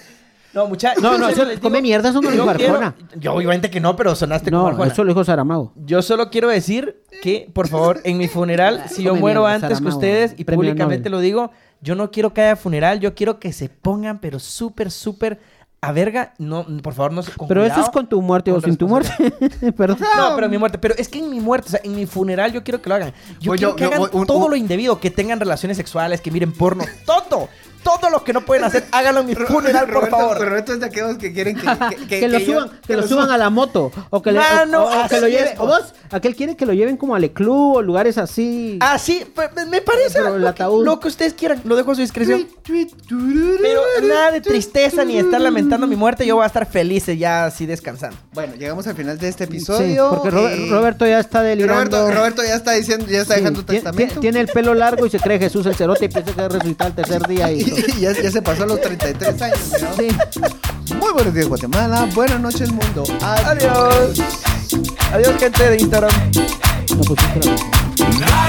Speaker 1: No, muchachos.
Speaker 3: No, no, eso come mierda, eso no lo dijo Arjona.
Speaker 1: Yo obviamente que este no, pero sonaste como
Speaker 3: no,
Speaker 1: Arjona.
Speaker 3: eso lo dijo Saramago.
Speaker 1: Yo solo quiero decir que, por favor, en mi funeral, si yo
Speaker 3: Come
Speaker 1: muero
Speaker 3: mierda,
Speaker 1: antes que
Speaker 3: Saramago,
Speaker 1: ustedes, y
Speaker 3: premio
Speaker 1: públicamente
Speaker 3: Nobel.
Speaker 1: lo digo, yo no quiero que haya funeral, yo quiero que se pongan, pero súper, súper a verga. No, por favor, no se con
Speaker 3: Pero eso
Speaker 1: cuidado.
Speaker 3: es con tu muerte o
Speaker 1: con
Speaker 3: sin tu muerte. Perdón.
Speaker 1: No, pero en mi muerte. Pero es que en mi muerte, o sea, en mi funeral yo quiero que lo hagan. Yo
Speaker 2: Pues
Speaker 1: quiero
Speaker 2: yo-
Speaker 1: que
Speaker 2: yo-
Speaker 1: hagan
Speaker 2: un-
Speaker 1: todo
Speaker 2: un-
Speaker 1: lo indebido, que tengan relaciones sexuales, que miren porno, todo. Todo lo que no pueden hacer, háganlo en mi funeral, por
Speaker 2: Roberto,
Speaker 1: favor.
Speaker 2: Roberto es de aquellos que quieren que, que,
Speaker 3: que, lo
Speaker 2: yo-
Speaker 3: suban, que, lo suban a la moto. O que, le- o-
Speaker 1: Mano,
Speaker 3: o- o que
Speaker 1: así
Speaker 3: lo lleven.
Speaker 1: es,
Speaker 3: O vos, aquel quiere que lo lleven como al club o lugares así.
Speaker 1: Así, pues, me- me parece
Speaker 3: Pero el
Speaker 1: lo que,
Speaker 3: ataúd.
Speaker 1: lo que ustedes quieran. Lo dejo a su discreción.
Speaker 2: Tweet, tweet, turururu,
Speaker 1: Pero nada de
Speaker 2: tweet,
Speaker 1: tristeza ni de estar lamentando mi muerte, yo voy a estar feliz ya así descansando.
Speaker 2: Bueno, llegamos al final de este
Speaker 3: Sí,
Speaker 2: episodio.
Speaker 3: porque Ro-
Speaker 2: eh,
Speaker 3: Roberto ya está delirando.
Speaker 2: Roberto, Roberto ya está diciendo, ya está
Speaker 3: Sí,
Speaker 2: dejando
Speaker 3: tie- tie-
Speaker 2: testamento.
Speaker 3: Tiene el pelo largo y se cree Jesús el cerote y piensa que resucita el tercer día. Y...
Speaker 2: Y, y ya, ya se pasó a los 33 años. ¿no?
Speaker 3: Sí.
Speaker 2: Muy buenos días, Guatemala. Buenas noches, mundo. Adiós.
Speaker 1: Adiós, gente de Instagram.
Speaker 3: No, pues, sí, pero-
Speaker 4: Dale